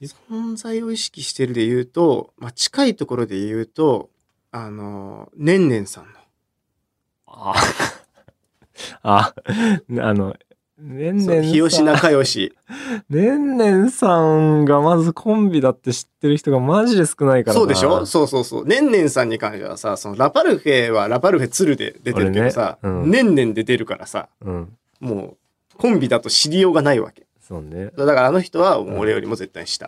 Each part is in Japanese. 存在を意識してるで言うと、まあ、近いところで言うと、あの、ねんねんさんの。ああ。あ、あの、ねんそうねん日吉さん、仲良 し。ねんねんさんがまずコンビだって知ってる人がマジで少ないからなそうでしょそうそうそう。ねんねんさんに関してはさ、そのラパルフェはラパルフェ鶴で出てるけどさ、俺ねうんねんねんで出るからさ、うん。もうコンビだと知りようがないわけ。そうね。だからあの人はもう俺よりも絶対下。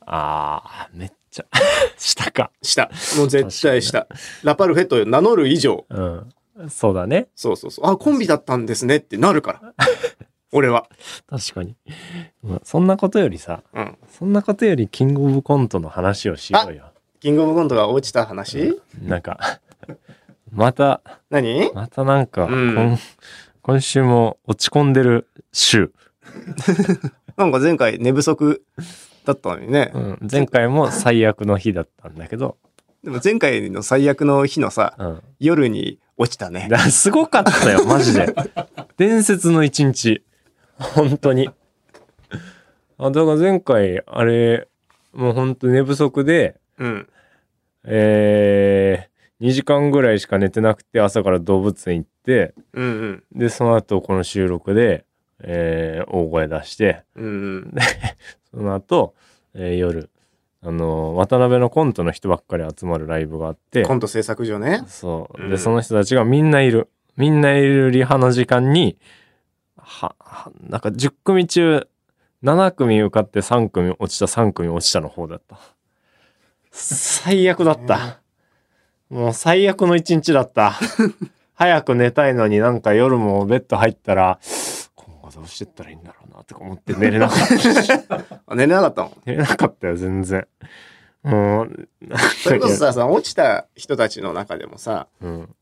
ああ、めっちゃ、 したか。下。もう絶対下。ラパルフェと名乗る以上、うん。そうだね。そうそうそう。あ、コンビだったんですねってなる から。俺は。確かに。まあ、そんなことよりさ、うん。そんなことよりキングオブコントの話をしようよ。キングオブコントが落ちた話、なんか、また、何またなんか、うん今今週も落ち込んでる週。なんか前回寝不足だったのにね。うん、前回も最悪の日だったんだけど、でも前回の最悪の日のさ、うん、夜に落ちたね。だすごかったよ、マジで。伝説の一日。本当に。あだから前回、あれ、もう本当寝不足で、うん。えー、2時間ぐらいしか寝てなくて、朝から動物園行って、うんうん。で、その後この収録で、えー大声出して、うんうん。その後、えー夜、あのー渡辺のコントの人ばっかり集まるライブがあってコ、ント制作所ね。そう。で、うんその人たちがみんないる。みんないるリハの時間に、は、はなんか10組中、7組受かって3組落ちた3組落ちたの方だった。最悪だった。もう最悪の一日だった。早く寝たいのになんか夜もベッド入ったら、今後どうしてったらいいんだろうなとか思って寝れなかった。あ寝れなかったの。寝れなかったよ、全然。もう、それこそさ、その落ちた人たちの中でもさ、うん。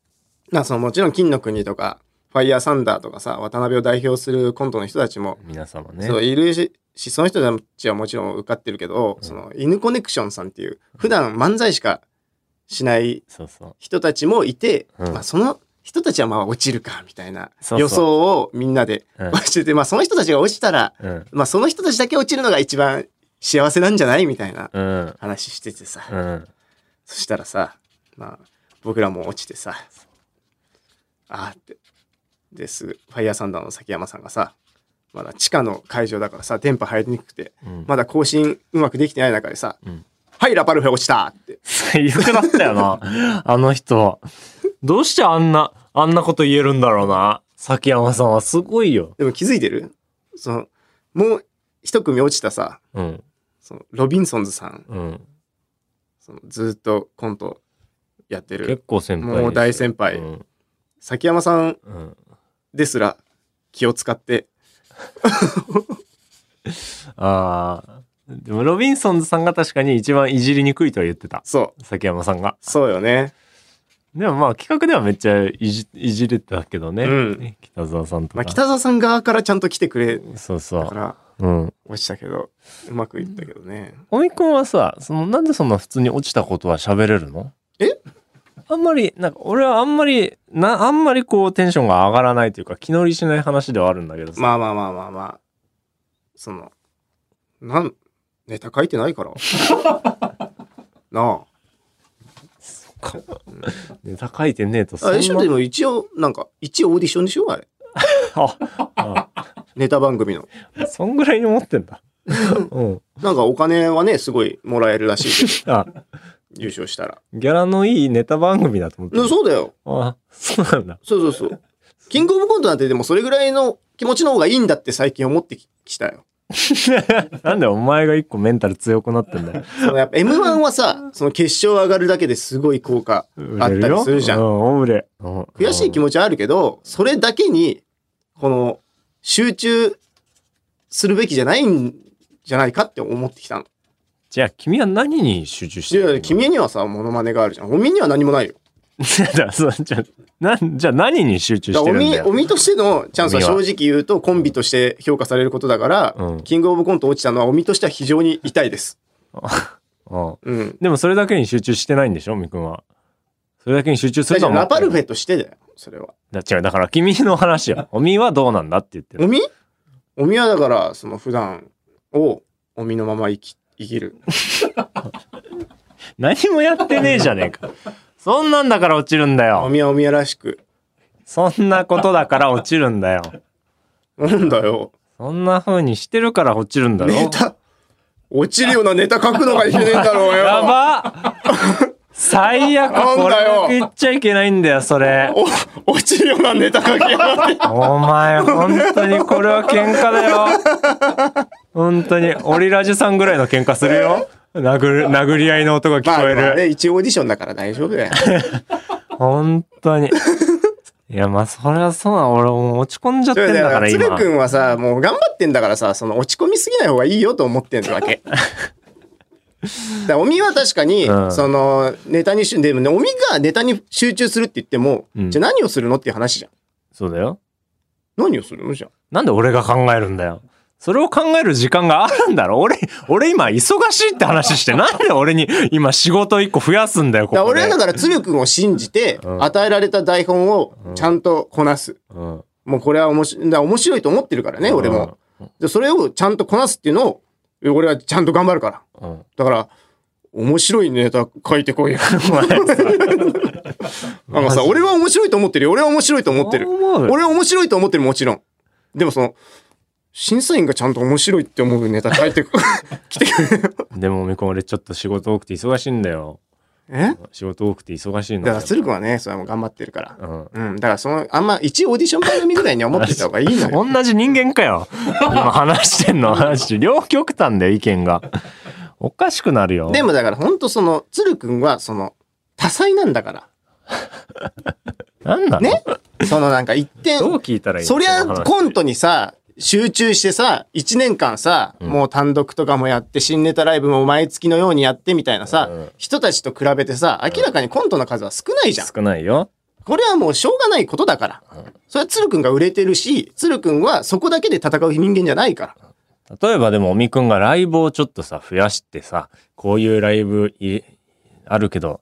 なそのもちろん金の国とか、ファイヤーサンダーとかさ、渡辺を代表するコントの人たちも、皆様ね。そういるし、その人たちはもちろん受かってるけど、うんその犬コネクションさんっていう、普段漫才しかしないそうそう。人たちもいて、うんまあ、その人たちはまあ落ちるかみたいなそうそう予想をみんなでうんしてて、まあ、その人たちが落ちたら、うん。まあ、その人たちだけ落ちるのが一番幸せなんじゃないみたいなうん。話しててさ、うん。そしたらさ、まあ、僕らも落ちてさあーってですぐファイヤーサンダーの崎山さんがさまだ地下の会場だからさ電波入りにくくてうんまだ更新うまくできてない中でさ「うんはいラパルフェ落ちた!」って最悪だったよな。 あの人は。どうしてあんな、あんなこと言えるんだろうな。崎山さんはすごいよ。でも気づいてるそのもう一組落ちたさうん。そのロビンソンズさんうん。そのずーっとコントやってる結構先輩ですよもう大先輩うん。崎山さんうんですら気を使ってああ。でも、ロビンソンズさんが確かに一番いじりにくいとは言ってた。そう崎山さんが。そうよねでもまあ、企画ではめっちゃいじいじれてたけどね。うん北沢さんとか。まあ北沢さん側からちゃんと来てくれそうそたからう。うん。落ちたけどうまくいったけどねおいくんはさ、その、なんでそんな普通に落ちたことは喋れるのえあんまり、なんか俺はあんまり、な、あんまりこうテンションが上がらないというか気乗りしない話ではあるんだけどさ。まあまあまあまあまあそのなんネタ書いてない からなネタ書いてねえとああんれなでしょでも一応なんか一応オーディションでしょあれあネタ番組のあそんぐらいに思って んだ。うん。なんかお金はねすごいもらえるらしいけあ、ど優勝した らギャラのいいネタ番組だと思ってうんうそうだよあ、そうなんだ。 そうそうそうキングオブコントなんてでもそれぐらいの気持ちの方がいいんだって最近思ってききたよなんでお前が一個メンタル強くなってんだよ。そのやっぱ m 1はさその決勝上がるだけですごい効果あったりするじゃんうん、オブレ。うん悔しい気持ちはあるけど、それだけに、この、集中するべきじゃないんじゃないかって思ってきたの。じゃあ君は何に集中しいてるや君にはさ、モノマネがあるじゃん。おみには何もないよ。いやだからそうじゃあなんじゃあ何に集中だしかてらおるんみ、だよおみとしてのチャンスはおみ正は直言うと、コンビとして評価されることだから、うんキングオブコント落ちたのはおみとしては非常に痛いです。うんうん。でもそれだけに集中してないんでしょみくんはそれだけに集中すだるかとら思ラパルフェェとしてだよ、それは。違うだから君の話よおみはどうなんだって言っておるみおみはだから、その普段をおみのまま生き、生生きる。何もやってねえじゃねえか。 そんなんだから落ちるんだおよ。みやおみやらしく。そんなことだから落ちるんだよ。なんだよ。そんな風にしてるから落ちるんだろ。ネタ、落ちるようなネタ書くのがいけねえんだろうよ。やば最悪なんこれだよだけ言っちゃいけないんだよ、それ。お落ちるようなネタ書きやが って。お前、本当にこれは喧嘩だよ。本当に、オリラジさんぐらいの喧嘩するよ。殴る、殴り合いの音が聞まあ、こえまある。ね、一応オーディションだから大丈夫だよ。本当に。いや、まあ、それはそうなの。俺、もう落ち込んじゃってんだから、つ今る。くんはさ、もう頑張ってんだからさ、その落ち込みすぎない方がいいよと思ってんわ け。だからおみは確かに、うんそのネタにしでもねおみがネタに集中するって言っても、うんじゃあ何をするのっていう話じゃんそうだよ。何をするのじゃんなんで俺が考えるんだよ。それを考える時間があるんだろ俺、俺今忙しいって話して、なんで俺に今仕事一個増やすんだよ、こだからこで。俺はだからつるくんを信じて、うん与えられた台本をちゃんとこなす、うんもうこれは面白いだから面白いと思ってるからね、俺も。でそれをちゃんとこなすっていうのを俺はちゃんと頑張るからうん。うんだから面白いネタ書いて こいよなんかさ俺は面白いと思ってるよ俺は面白いと思ってる思う俺は面白いと思ってるもちろんでもその審査員がちゃんと面白いって思うネタ書いてこ来てくれよでも、みこ俺ちょっと仕事多くて忙しいんだよ。 えだか仕事多くて忙しいの。ら鶴くんはねそれはもう頑張ってるからうん。うんだからそのあんま一オーディション番組ぐ らいには思ってた方がいいのよ同じ人間か よ。今話してんの話。両極端だよ、意見が。おかしくなるよ。でもだからほんとその鶴くんはその多彩なんだからなんなの、 ねそのなんか一点どう聞いたらいいのそりゃの話コントにさ集中してさ1年間さ、うんもう単独とかもやって新ネタライブも毎月のようにやってみたいなさ、うん人たちと比べてさ明らかにコントの数は少ないじゃん、少ないよ。これはもうしょうがないことだから、うんそれは鶴くんが売れてるし鶴くんはそこだけで戦う人間じゃないから例えばでもおみくんがライブをちょっとさ増やしてさこういうライブいあるけど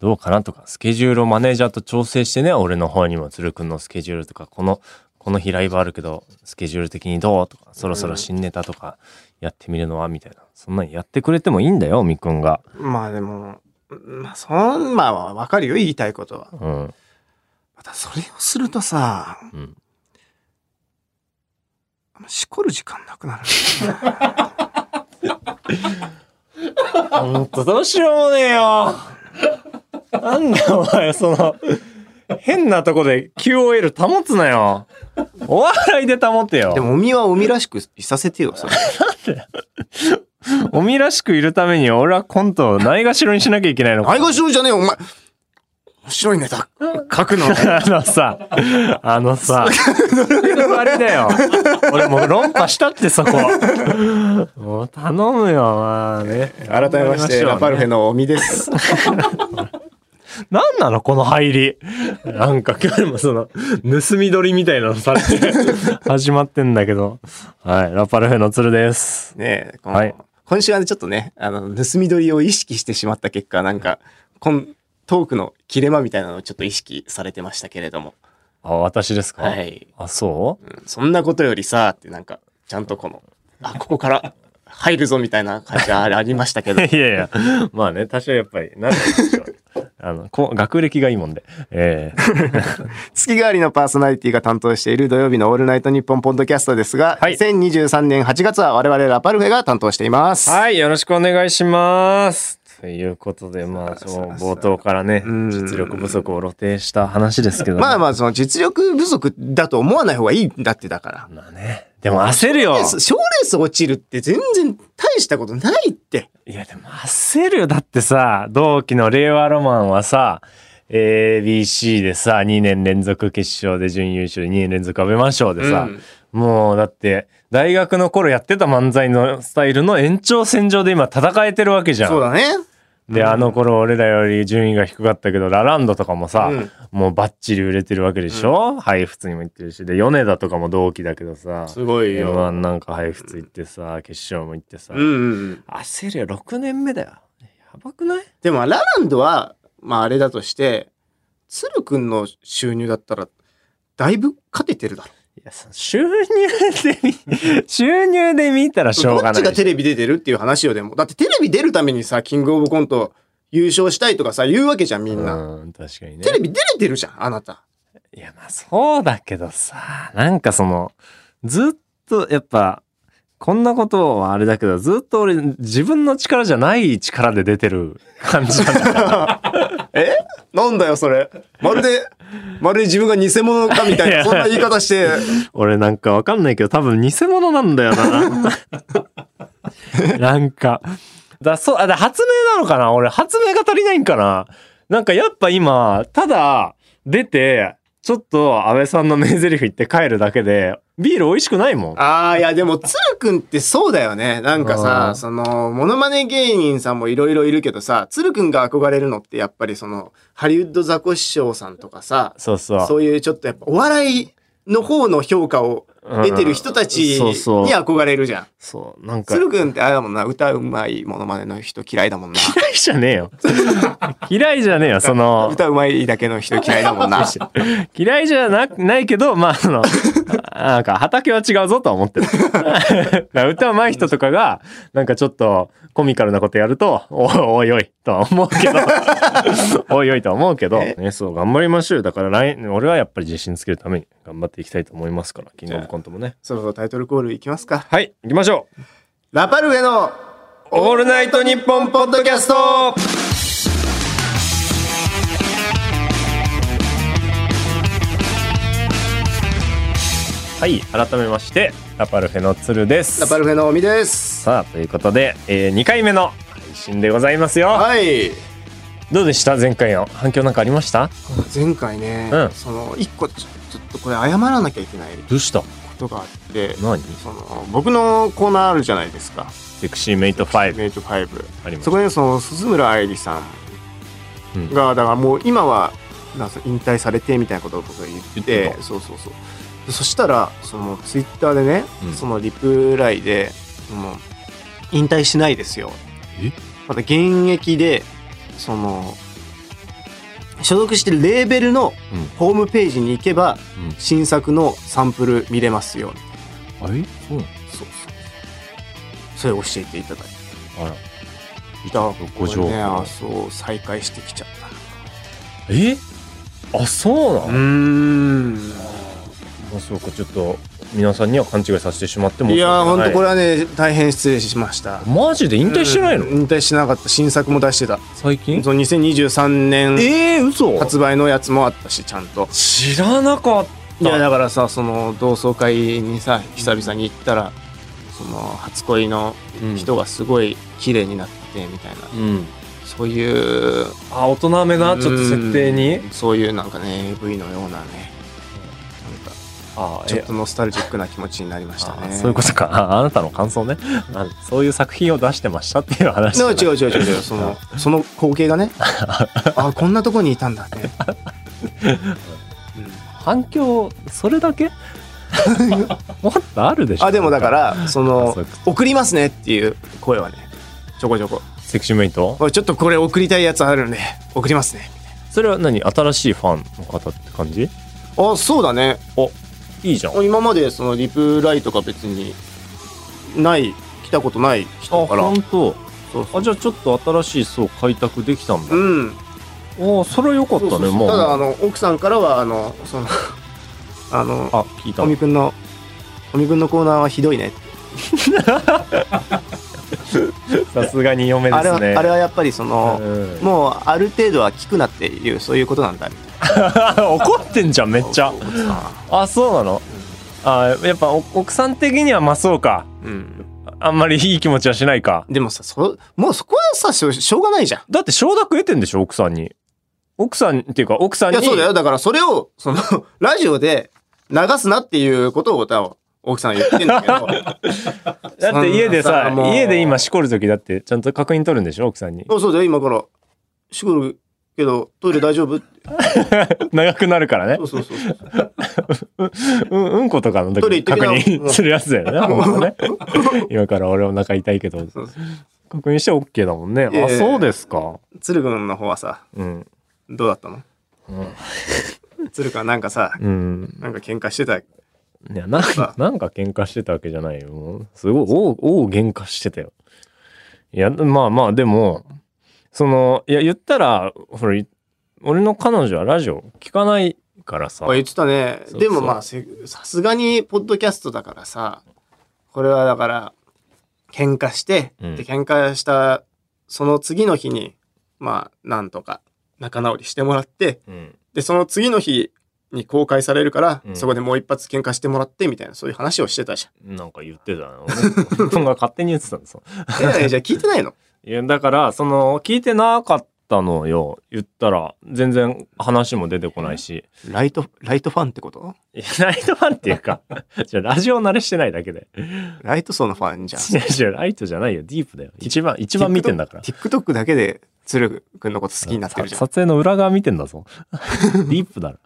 どうかなとかスケジュールをマネージャーと調整してね俺の方にもつるくんのスケジュールとかこのこの日ライブあるけどスケジュール的にどうとかそろそろ新ネタとかやってみるのはみたいなそんなんやってくれてもいいんだよおみくんが。まあでもまあそんまあはわかるよ言いたいことはうんまたそれをするとさうん、しこる時間なくなるほんとどうしようもねえよなんだお前その変なとこで QOL 保つなよお笑いで保てよでもおみはおみらしくいさせてよそれおみらしくいるために俺はコントをないがしろにしなきゃいけないのか愛。がしろじゃねえよお前面白いネタ書くのあのさ、あのさ、あれだよ。俺もう論破したってそこ。もう頼むよ、まあね。改めま してラパルフェのおみ ですなんなのこの入り。なんか今日もその、盗み撮りみたいなのされて、始まってんだけど。はい、ラパルフェの鶴です。ねえこのはい今週はねちょっとねあの盗み撮りを意識してしまった結果なんかこんトークの切れ間みたいなのをちょっと意識されてましたけれどもあ、私ですかはい、あ、そううんそんなことよりさってなんかちゃんとこのあここから入るぞみたいな感じはあありましたけど いやいや、まあね、多少やっぱり、なんでしょう。あの、こう学歴がいいもんで。ええ月替わりのパーソナリティが担当している土曜日の「オールナイトニッポン」ポッドキャストですが、はい2023年8月は我々ラパルフェが担当しています。 はい、よろしくお願いします。ということで、まあ、そうそうもう冒頭からね、うん実力不足を露呈した話ですけど、まあままあその実力不足だと思わない方がいいんだってだからあ。。まあね。でも焦るよ。賞レース落ちるって全然大したことないって。いや、でも焦るよ。だってさ、同期の令和ロマンはさ、ABC でさ、2年連続決勝で準優勝で2年連続アベマ賞でさ、うんもうだって大学の頃やってた漫才のスタイルの延長線上で今戦えてるわけじゃ。そうんだね。であの頃俺らより順位が低かったけどラランドとかもさ、うんもうバッチリ売れてるわけでしょ、配布にも行ってるしで米田とかも同期だけどさすごい m 1よ。なんか配布行ってさ決勝も行ってさ、うんうんうん。焦るよ6年目だよやばくないでもラランドはまああれだとして、鶴くんの収入だったらだいぶ勝ててるだろ。いや、その収入で見、収入で見たらしょうどがっなちいがでテしょ。レビ出てるっていう話よでもだってテレビ出るためにさキングオブコント優勝したいとかさ言うわけじゃんみんな、うん、確かにねテ。レビ出れてるじゃんあなたいや、まあそうだけどさ、なんかその、ずっとやっぱ、こんなことはあれだけど、ずっと俺自分の力じゃない力で出てる感じなんだからえなんだよそれまるでまるで自分が偽物かみたいいなやそんな言い方して俺なんかわかんないけど多分偽物なんだよな。 なんか。だそうあだ発明なのかな俺発明が足りないんかななんかやっぱ今ただ出てちょっと安倍さんの名台詞言って帰るだけでビール美味しくないもん。ああいやでもつるくんってそうだよねなんかうさんそのモノマネ芸人さんもいろいろいるけどさつるくんが憧れるのってやっぱりそのハリウッドザコシショウさんとかさそうそう。そういうちょっとやっぱお笑いの方の評価を得てる人たちにうんそうそう憧れるじゃん。そう。なんか。つるくんってあれだもんな歌うまいモノマネの人嫌いだも んな。嫌いじゃ ねえよ。嫌いじゃねえよ。その、歌うまいだけの人嫌いだもん な。嫌いじゃなないけど、まあ、そ の、あなんか畑は違うぞとは思ってる。 歌うまい人とかが、なんかちょっとコミカルなことやると、おいおいおいとは思う けど、おいおいとは思うけど、ね、そう、頑張りましょうよ。だから来、俺はやっぱり自信つけるために頑張っていきたいと思いますから、キングオブコントもね。そろそろタイトルコールいきますか。はい、行きましょう。ラパルフェのオールナイトニッポンポッドキャストはい、改めまして、ラパルフェの鶴です。ラパルフェのおみです。さあ、ということで、え2回目の配信でございますよ。はい。どうでした前回の反響なんかありました前回ね、うんその一個ちょちょっとこれ謝らなきゃいけないこどうしたとがあって、何その僕のコーナーあるじゃないですか。セクシーメイト5。メイトファイブ。ありまそす。こでその鈴村愛理さんがだからもう今はなんか引退されてみたいなことを僕が言って言ってそうそうそうでそしたらそのツイッターでね、うんそのリプライでその引退しないですよえまた現役でその所属してるレーベルのうんホームページに行けば新作のサンプル見れますようん。えそうそうなそうそれ教えていただいてのあら。いたご情報ねあそう再開してきちゃったえあ、そうなのうーんまあ、そうかちょっと皆さんには勘違いさせてしまってもいやーほんとこれれはね大変失礼しましたマジで引退してないの、うん引退してなかった新作も出してた最近その2023年えー、嘘発売のやつもあったしちゃんと知らなかっいやだからさその同窓会にさ久々に行ったらその初恋のた人がすごい綺麗になってみたいな、うん、うんそういうあ大人めなちょっと設定にうんそういうなんかね AV のようなねなんかあちょっとノスタルジックな気持ちになりましたあねそういうことかああなたの感想ねあそういう作品を出してましたっていう話違う違う違う違うそ のその光景がねあこんなとこにいたん だね、反響そ れだけもっとあるでしょあでもだからそのそういうこ送りますねっていう声はねちょこちょこセクシーメイトおいちょっとこれ送りたいやつあるんで送りますねそれは何新しいファンの方って感じあそうだねいいじゃん今までそのリプライとか別にない来たことない人だから本当そうあじゃあちょっと新しい層開拓できたんだ、うんおおそれは良かったねそうそうそうもうただあの奥さんからはあのそのあのあ聞いたおみくんのおみくんのコーナーはひどいねさすがに嫁ですねあれはあれはやっぱりその、うんもうある程度は効くなっていうそういうことなんだみたい 怒ってんじゃんめっちゃな。あそうなのあやっぱお奥さん的にはまあそうかうん、あんまりいい気持ちはしないかでもさそもうそこはさしょしょうがないじゃん。だって承諾得てんでしょ奥さんに奥さんっていうか奥さんいやにそうだよだからそれをその ラジオで流すなっていうことを多分奥さんは言ってんだけ どだって家でそんなささもう家で今しこる時だってちゃんと確認取るんでしょ奥さんにそうそうだよ今から「しこるけどトイレ大丈夫?」長くなるからねそうそうそうそううん、うんことかのトイレ時行って確きな認するやつだよね。ほんとね 今から俺お腹痛いけどそうそ、確認して OK だもんね。ええあ、そうですか。鶴くんの方はさうん。どうだったの、鶴くんはなんかさうん。なんか喧嘩してたいやなんかなんか喧嘩してたわけじゃないよもうすごいおうおう喧嘩してたよいやまあまあでもそのいや言ったらほらい俺の彼女はラジオ聞かないからさあ言ってたねそうでもまあせさすがにポッドキャストだからさこれはだから喧嘩して、うんで喧嘩したその次の日にまあなんとか仲直りしてもらってうんでその次の日に公開されるから、うんそこでもう一発喧嘩してもらってみたいなそういう話をしてたじなんか言ってたな俺俺が勝手に言ってたんですよゃん。えじゃあ聞いてないのいやだからその聞いてなかったのよ言ったら全然話も出てこないしライトライトファンってこといやライトファンっていうか じゃあラジオ慣れしてないだけでライト層のファンじゃん。いやいやライトじゃないよディープだよ一番一番見てんだから TikTok だけで鶴くんのこと好きになってるじゃさん。撮影の裏側見てんだぞ ディープだろ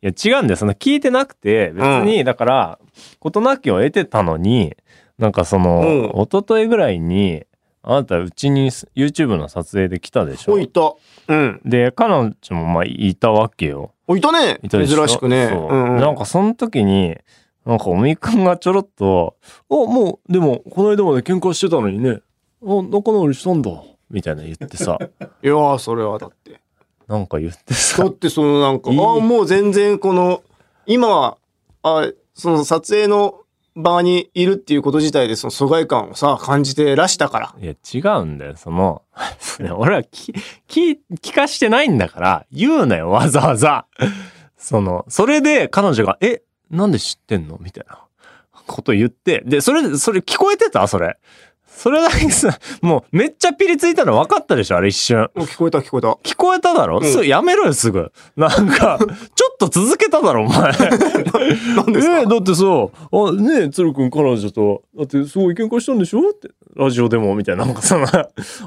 いや違うんだよその聞いてなくて別に、だから事なきを得てたのになんかその、う一昨日ぐらいにあなたうちに YouTube の撮影で来たでしょおいた。うん。で彼女もまあいたわけよおいたね。いたでょ珍しくね。そううんうんなんかその時になんかおみくんがちょろっと「あもうでもこの間まで喧嘩してたのにねあ仲直りしたんだ」みたいな言って さいやーそれはだって。なんか言ってださってそのなんか、いいああもう全然この今はあその撮影の場にいるっていうこと自体でその疎外感をさ感じてらしたから。いや違うんだよその それ俺はきき聞かしてないんだから言うなよわざわざそのそれで彼女が「えなんで知ってんの?」みたいなこと言ってでそれそれ聞こえてたそれそれだけさもうめっちゃピリついたの分かったでしょあれ一瞬もう聞こえた聞こえた。聞こえただろ、うんすぐやめろよすぐな んかちょっと続けただろお前なんですえかえ。だってさ「あねえ鶴くん彼女とだってすごい喧嘩したんでしょ?」ってラジオでもみたいななんかさ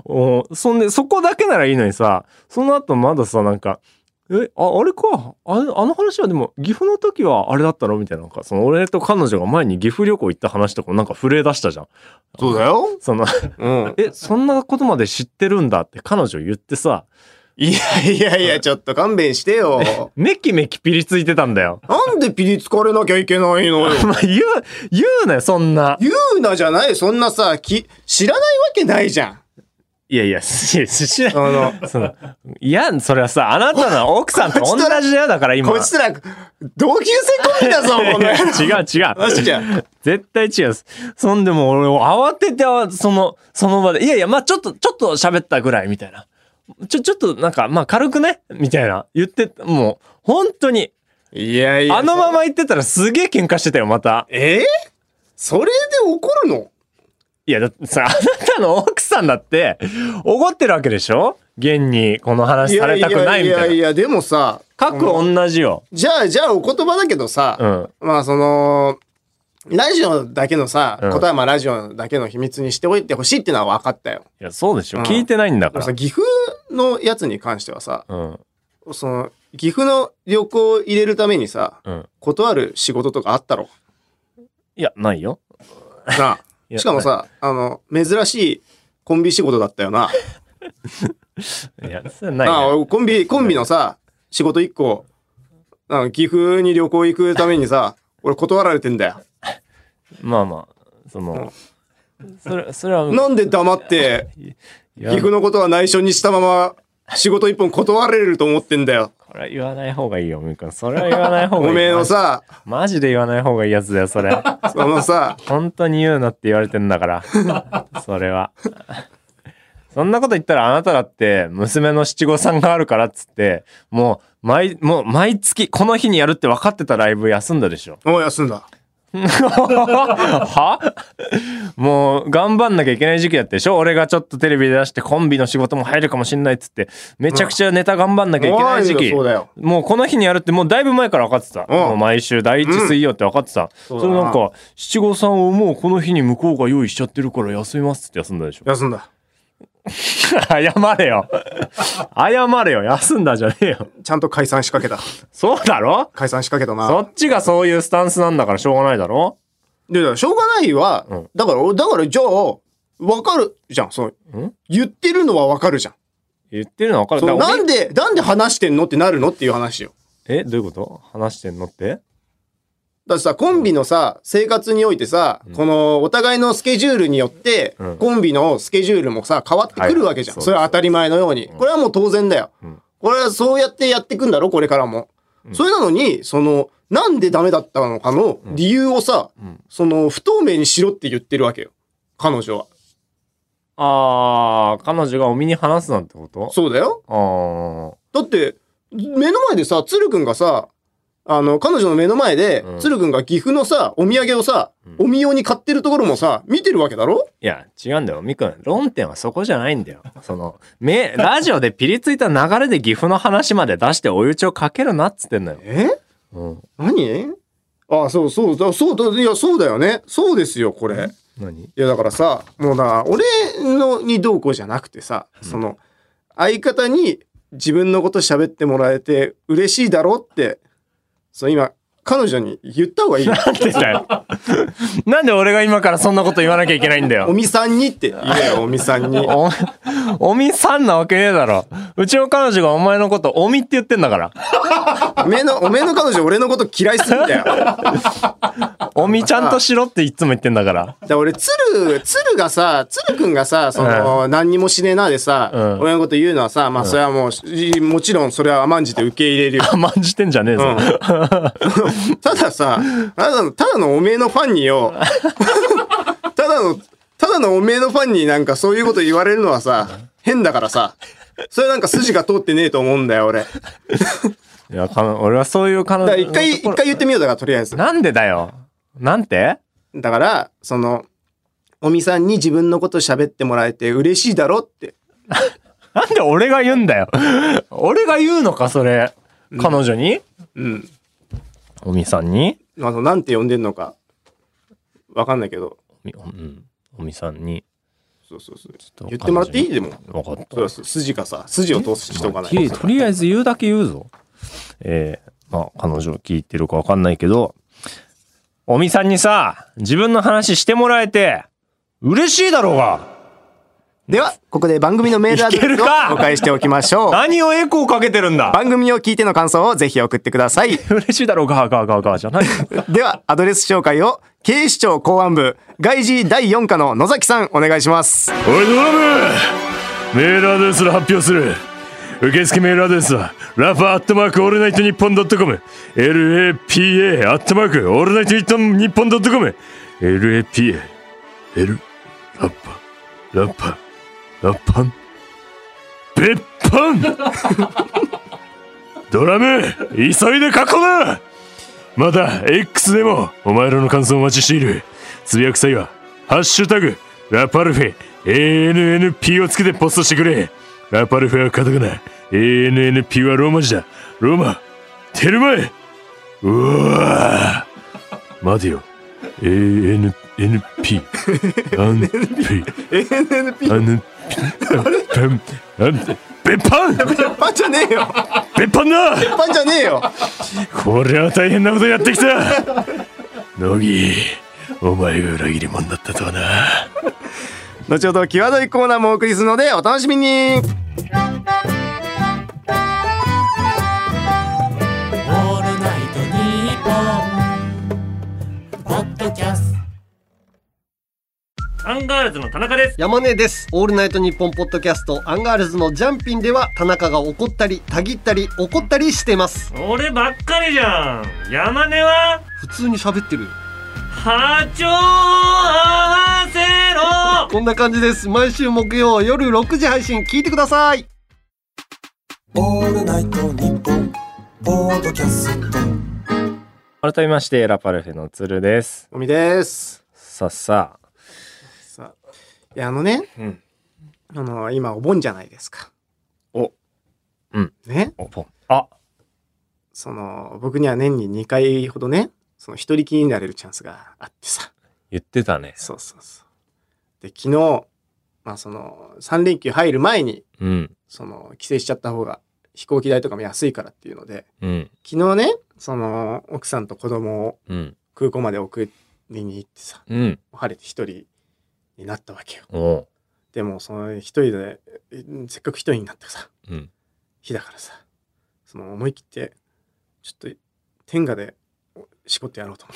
おそんでそこだけならいいのにさその後まださなんか「えああれかあれあの話はでも岐阜の時はあれだったろ?」みたいななんかその俺と彼女が前に岐阜旅行行った話とかもなんか震え出したじゃん。そうだよ。そのうん。えそんなことまで知ってるんだって彼女言ってさいやいやいやちょっと勘弁して よ。めきめきピリついてたんだよ。なんでピリつかれなきゃいけないのよ。 お前言う、言うなよ、そんな。言うなじゃないそんなさき知らないわけないじゃん。いやいや、し、し、しないあ のその、いや、それはさ、あなたの奥さんと同じだよ、だから今。こいつら同級生コンビだぞいやこの野郎。 違う違う。マジじゃん。絶対違う。そんでも俺を慌てて、あその、その場で、いやいや、まあちょっと、ちょっと喋ったぐらい、みたいな。ちょ、ちょっとなんか、まあ軽くね、みたいな。言って、もう、本当に。いやいや。あのまま言ってたらすげえ喧嘩してたよ、また。えーそれで怒るのいや、だってさ、あなたの奥さんだって、怒ってるわけでしょ現にこの話されたくないみたやいやいいな。やでもさ各その同じよ。じゃあじゃあお言葉だけどうさ、ん。まあそのラジオだけのさ、うんことはまあラジオだけの秘密にしておいてほしいってのは分かったよ。いや、そうでしょ。うん聞いてないんだでかもさら。岐阜のやつに関してはさうん。その岐阜の旅行を入れるためにさうん。断る仕事とかあったろいや、ないよ。なあ いやしかも、さあの珍しいコンビ仕事だったよな。ないいや、それはないあよ。俺コンビコンビのさ仕事1個あ岐阜に旅行行くためにさ俺断られてんだよまあまあ、その、それ、それは、なんで黙ってい岐や阜のことは内緒にしたまま仕事1本断られると思ってんだよこれは言わない方がいいよ、みくん。それは言わない方がい い。おめえのさマジ。マジで言わない方がいいやつだよ、それ。その さ本当に言うなって言われてん だからそれはそんなこと言ったらあなただって娘の七五三があるからっつってもう毎もう毎月この日にやるって分かってたライブ休んだ でしょおう休んだはもう頑張んなきゃいけない時期だったでしょ俺がちょっとテレビで出してコンビの仕事も入るかもしんないっつってめちゃくちゃネタ頑張んなきゃいけない時お期いよそうだよもうこの日にやるってもうだいぶ前から分かってた。うんもう毎週第一水曜って分かってた。そうそだなれなんか七五三をもうこの日に向こうが用意しちゃってるから休みますって休んだでしょ。休んだ 謝れよ。謝れよ。休んだじゃねえよ。ちゃんと解散しかけたそうだろ解散しかけたなそっちがそういうスタンスなんだからしょうがないだろでだからしょうがないは、うんだからだからじゃあ分かるじゃんそのん言ってるのは分かるじゃん言ってるの分かる。そのだからなんでなんで話してんのってなるのっていう話よえ、どういうこと話してんのってだってさ、コンビのさ、生活においてさ、このお互いのスケジュールによって、うんコンビのスケジュールもさ、変わってくるわけじゃん。はいそれは当たり前のように。これはもう当然だよ。うんこれはそうやってやってくんだろ、これからも。それなのに、その、なんでダメだったのかの理由をさ、うんその、不透明にしろって言ってるわけよ。彼女は。ああ、彼女がお身に話すなんてことそうだよ。あだって、目の前でさ、鶴くんがさ、あの、彼女の目の前で、うん鶴くんが岐阜のさ、お土産をさ、うんお見ように買ってるところもさ、見てるわけだろあ。いや、違うんだよ。みくん、論点はそこじゃないんだよ。その、め、ラジオでピリついた流れで岐阜の話まで出して追い打ちをかけるなっつってんだよ。えうん。何あそうそうだそうだいやそうだよねそうですよこれ何いやだからさもうな俺のにどうこうじゃなくてさ、その相方に自分のこと喋ってもらえて嬉しいだろってそう今彼女に言った方がいい よなんでだよ。 なんで俺が今からそんなこと言わなきゃいけないんだおよ。みさんにって言えよおみさ んにお、おみさんなわけねえだろ。うちの彼女がお前のことおみって言ってんだから。おめえのおめえの彼女俺のこと嫌いすぎだよだかおみちゃんとしろっていつも言ってんだから。ら俺鶴鶴がさ鶴くんがさその、何にもしねえなでさ、うん俺のこと言うのはさまあそれはもう、しもちろんそれは甘んじて受け入れる よ甘んじてんじゃねえぞ。たださ、ただの、ただのおめえのファンに よ、ただの、ただのおめえのファンになんかそういうこと言われるのはさ、変だからさ、それなんか筋が通ってねえと思うんだよ、俺。だかいや、かの俺はそういう彼女ら一回、一回言ってみよう、だからとりあえず。なんでだよ。なんてだから、その、おみさんに自分のこと喋ってもらえて嬉しいだろって。なんで俺が言うんだよ。俺が言うのか、それ。彼女にうん。おみさんにあの、なんて呼んでんのか、わかんないけど、おみうんおみさんに。そうそうそう。と言ってもらっていいでも。わかった。そうそう、筋がさ、筋を通しておかないまあとりあえず言うだけ言うぞ。えー、まあ、彼女聞いてるかわかんないけど、おみさんにさ、自分の話してもらえて、嬉しいだろうがでは、ここで番組のメールアドレいけスるをか紹介しておきまし ょう。何をエコーかけてるんだ番組を聞いての感想をぜひ送ってください。 嬉しいだろうががががじゃない。では、アドレス紹介を警視庁公安部外事第4課の野崎さんお願いします。おいドラムメールアドレスの発表する受付メールアドレスはラファアットマークオールナイトニッポンドットコム LAPA アットマークオールナイトニッポンドットコム LAPA L ラッパラッパラッパンべっぱ んドラム急いで書こうなまた X でもお前らの感想をお待ちしているつぶやく際は「ハッシュタグラパルフェ ANNP」をつけてポストしてくれラパルフェはカタカナ ANNP はローマ字だローマテルマエうわー待てよ ANNP ANNP ANNP べっぱんパンじゃねえよべっぱんだパンじゃねえよこれは大変なことやってきた乃木お前が裏切り者だったとはな後ほど、際どいコーナーもお送りするので、お楽しみにオールナイトニッポン」ポッドキャストアンガールズの田中です。山根です。オールナイトニッポンポッドキャストアンガールズのジャンピンでは田中が怒ったり、たぎったり、怒ったりしてます。俺ばっかりじゃん。山根は普通に喋ってる。波長を合わせろこんな感じです。毎週木曜夜6時配信聞いてください。改めましてラパルフェの鶴ですおみです。さあさあさあ、いや、あのね、うんあの、今、お盆じゃないですか。おうん。ね、おぽんあその、僕には年に2回ほどね、その、一人きりになれるチャンスがあってさ。言ってたねそうそうそう。で、昨日、まあその、3連休入る前に、うんその、帰省しちゃった方が、飛行機代とかも安いからっていうので、うん昨日ね、その、奥さんと子供をうん空港まで送りに行ってさ、うん晴れて一人になったわけよ。おうでも、その、一人で、えせっかく一人になったさ、うん日だからさ、その、思い切って、ちょっと、天下で、しこってやろうと思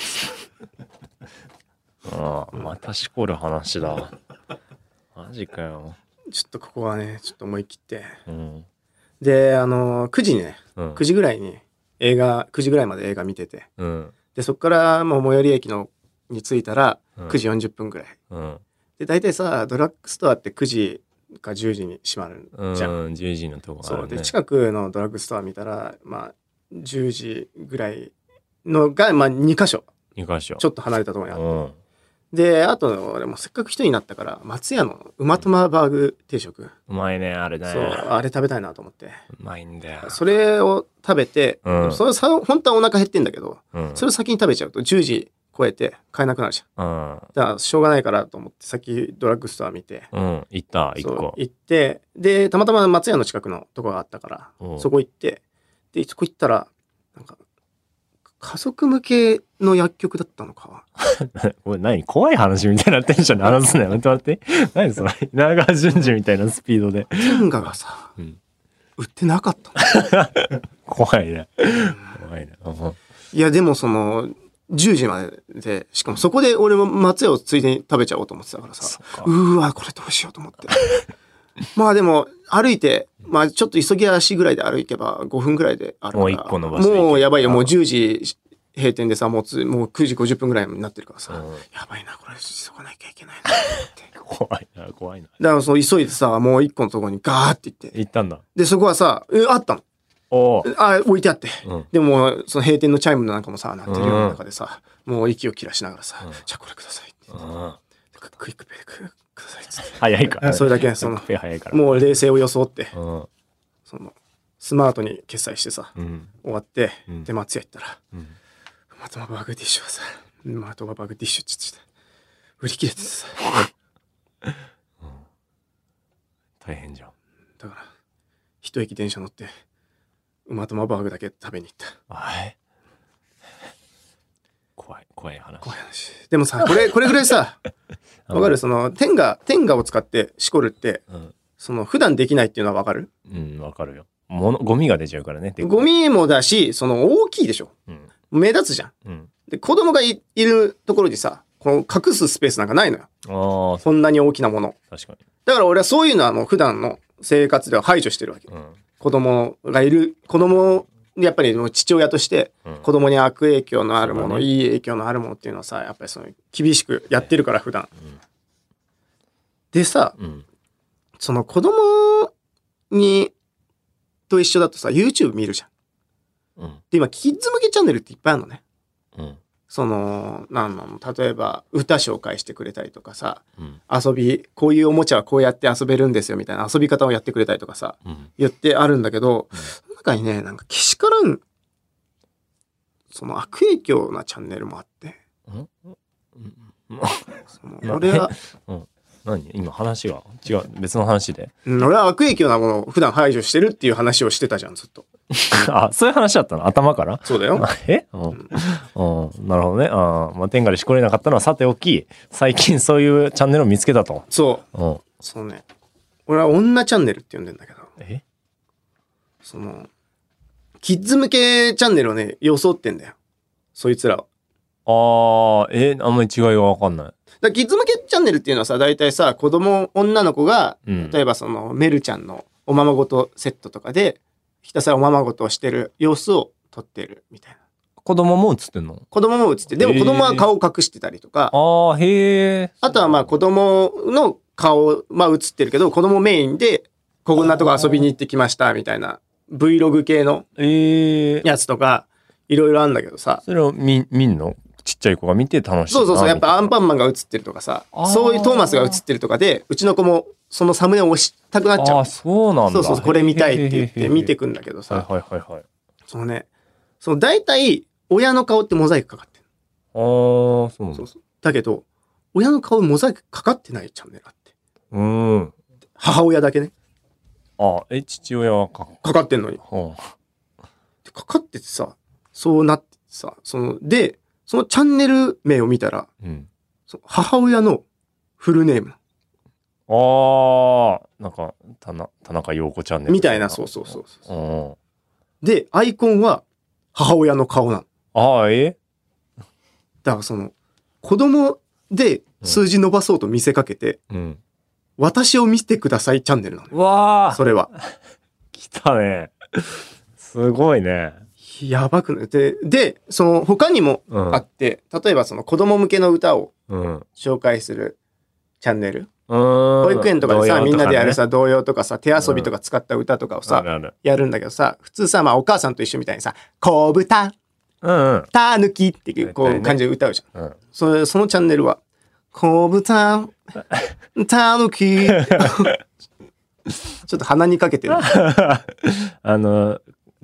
ってああ、またしこる話だ。マジかよ。ちょっとここはねちょっと思い切ってうん。であの9時ねうん9。時ぐらいに映画9時ぐらいまで映画見ててうん。でそこからもう最寄り駅のに着いたらうん9時40分ぐらい、うん。で大体さドラッグストアって9時か10時に閉まるうん。じゃん、 10時のとこあそるうね。で近くのドラッグストア見たらまあ10時ぐらいのが、まあ、2箇所2か所。ちょっと離れたところにあって、うん。であと俺もせっかく人になったから松屋の馬玉バーグ定食、うまいね、あれね。そうあれ食べたいなと思ってうまいんだよ。それを食べて、うんそれさ本当はお腹減ってんだけどうん。それを先に食べちゃうと10時超えて買えなくなるじゃんうん。だからしょうがないからと思って先ドラッグストア見てうん。行った、1そう個。行ってでたまたま松屋の近くのとこがあったかうんらそこ行ってでそこ行ったらなんか家族向けの薬局だったの かこれ何怖い話みたいなテンションで話すなよ。 待って待って。何それ。長川淳二みたいなスピードで。天下がさ、うん売ってなかったの怖いね。怖いね。うんいやでもその10時まででしかもそこで俺も松屋をついでに食べちゃおうと思ってたからさそっか。うーわこれどうしようと思って まあでも歩いてまあちょっと急ぎ足ぐらいで歩けば5分ぐらいであるからもう一個伸ばしていけるもうやばいよもう10時閉店でさもうつもう9時50分ぐらいになってるからさ、うんやばいなこれ急がなきゃいけないなと思ってだか怖いな、怖いな。らそう急いでさもう一個のところにガーって行って行ったんだ。でそこはさえあったのおお。あ置いてあって、うんでもその閉店のチャイムなんかもさ鳴ってるような中でさ、もう息を切らしながらさ、じゃあこれくださいってうんククイックペイクくださいっつって早いから。それだけそのペ早いから。もう冷静を装ってう。そのスマートに決済してさ、ん。うん。終わって、うんで松屋行ったらうん「まとまバグティッシュ」がさ「まとまバグティッシュ」っつって売り切れててさ大変じゃん。だから一駅電車乗ってまとまバーグだけ食べに行ったはい。怖い、怖い話。怖い話でもさこれこれぐらいさわかるその天下天下を使ってしこるってうん。その普段できないっていうのはわかるうん、わかるよ。もの、ゴミが出ちゃうからね。でっかいゴ。ミもだしその大きいでしょうん。目立つじゃんうん。で子供がいいるところにさこの隠すスペースなんかないのよあそんなに大きなものあ、確かだから俺はそういうのはもう普段の生活では排除してるわけに。うん。子供がいる子供やっぱりもう父親としてうん子供に悪影響のあるもそうの、だねいい影響のあるものっていうのはさやっぱりその厳しくやってるから普段、うんでさうん。その子供にと一緒だとさ YouTube 見るじゃんうん。で今キッズ向けチャンネルっていっぱいあるのねうん。そのなんなの例えば歌紹介してくれたりとかさうん。遊びこういうおもちゃはこうやって遊べるんですよみたいな遊び方をやってくれたりとかさうん。言ってあるんだけど、その中にね、なんか、けしからん、その悪影響なチャンネルもあって、そのまあ俺は、何今話が違う。別の話で。うん俺は悪影響なものを普段排除してるっていう話をしてたじゃん、ずっと。 あ、そういう話だったの頭からそう だよ。えうん、うんなるほどね。あーまあ、天下でしこれなかったのはさておき、最近そういうチャンネルを見つけたと。そう、うん。そのね、俺は女チャンネルって呼んでんだけど、えその、キッズ向けチャンネルをね、装ってんだよ。そいつらは。ああ、え、あんまり違いがわかんない。だからキッズ向けチャンネルっていうのはさ、大体さ、子供、女の子が、うん例えばその、メルちゃんのおままごとセットとかで、ひたすらおままごとをしてる様子を撮ってるみたいな。子供も映ってんの子供も映って、でもへー子供は顔を隠してたりとか、ああ、へえ。あとはまあ子供の顔、まあ映ってるけど、子供メインで、こんなとこ遊びに行ってきましたみたいな、Vlog 系のええ。やつとか、いろいろあるんだけどさ、それを見、見んのちっちゃい子が見て楽しいな。そうそうそう、やっぱアンみパンマンが映ってるとかさあー、そういうトーマスが映ってるとかで、うちの子もそのサムネを押したくなたっいちなあゃあ、う。そうなんだ。そうそう、これ見たいって言っへーへーへてー見てくんだけどはいさ、はいはいはい。そのね、その大体親の顔ってモザイクかかってる。ああ、そうなんだそうそう。だけど、親の顔モザイクかかってないチャンネルあって。うん。母親だけね、あ、え、父親はか、かかってんのに。はあでかかっててさ、そうなってさ、その、で、そのチャンネル名を見たら、うん。その母親のフルネーム。ああ、なんか、田中田中陽子チャンネルみたいな、そうそうそうそう。うん。で、アイコンは母親の顔なの。ああ、えだからその子供で数字伸ばそうと見せかけて、うん。私を見てくださいチャンネルなのよわあそれは来たね。すごいね。やばくないででその他にもうんあって、例えばその子供向けの歌をうん。紹介するチャンネル保保育園とかでさ、みんなでやるさ童謡とかさ手遊びとか使った歌とかをさ、あるあるやるんだけどさ普通さ、まあ、お母さんと一緒みたいにさ「子豚うんうんたぬき」っていうこ絶対うね感じで歌うじゃん、うんそれそのチャンネルは「子 豚たぬき」ちょっと鼻にかけ てるあの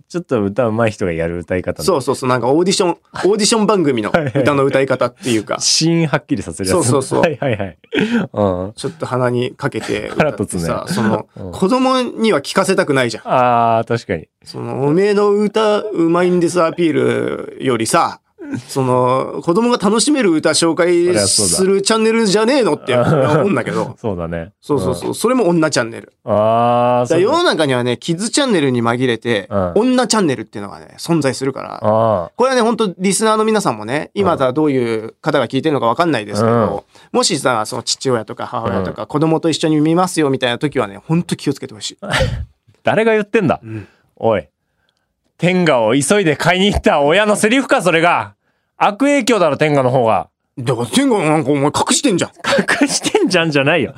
ちょっと歌うまい人がやる歌い方そうそうそうなんかオーディションオーディション番組の歌の歌い方っていうかシーンはっきりさせるやつそうそうそう はいはいはいうんちょっと鼻にかけて歌腹って立つねさ、そのうん子供には聞かせたくないじゃんあー確かにそのおめえの歌うまいんですアピールよりさその子供が楽しめる歌紹介りゃそうだするチャンネルじゃねえのって思うんだけど そうだねそうそうそうそれも女チャンネルうんああだから世の中にはねキッズチャンネルに紛れてうん女チャンネルっていうのがね存在するからあこれはね、本当リスナーの皆さんもね、今だどういう方が聞いてるのかわかんないですけど、もしさ、その父親とか母親とか子供と一緒に見ますよみたいな時はね、本当気をつけてほしい。ー誰が言ってんだんおい天下を急いで買いに行った親のセリフかそれが悪影響だろ天下の方がだから、天狗なんかお前隠してんじゃん。隠してんじゃんじゃないよ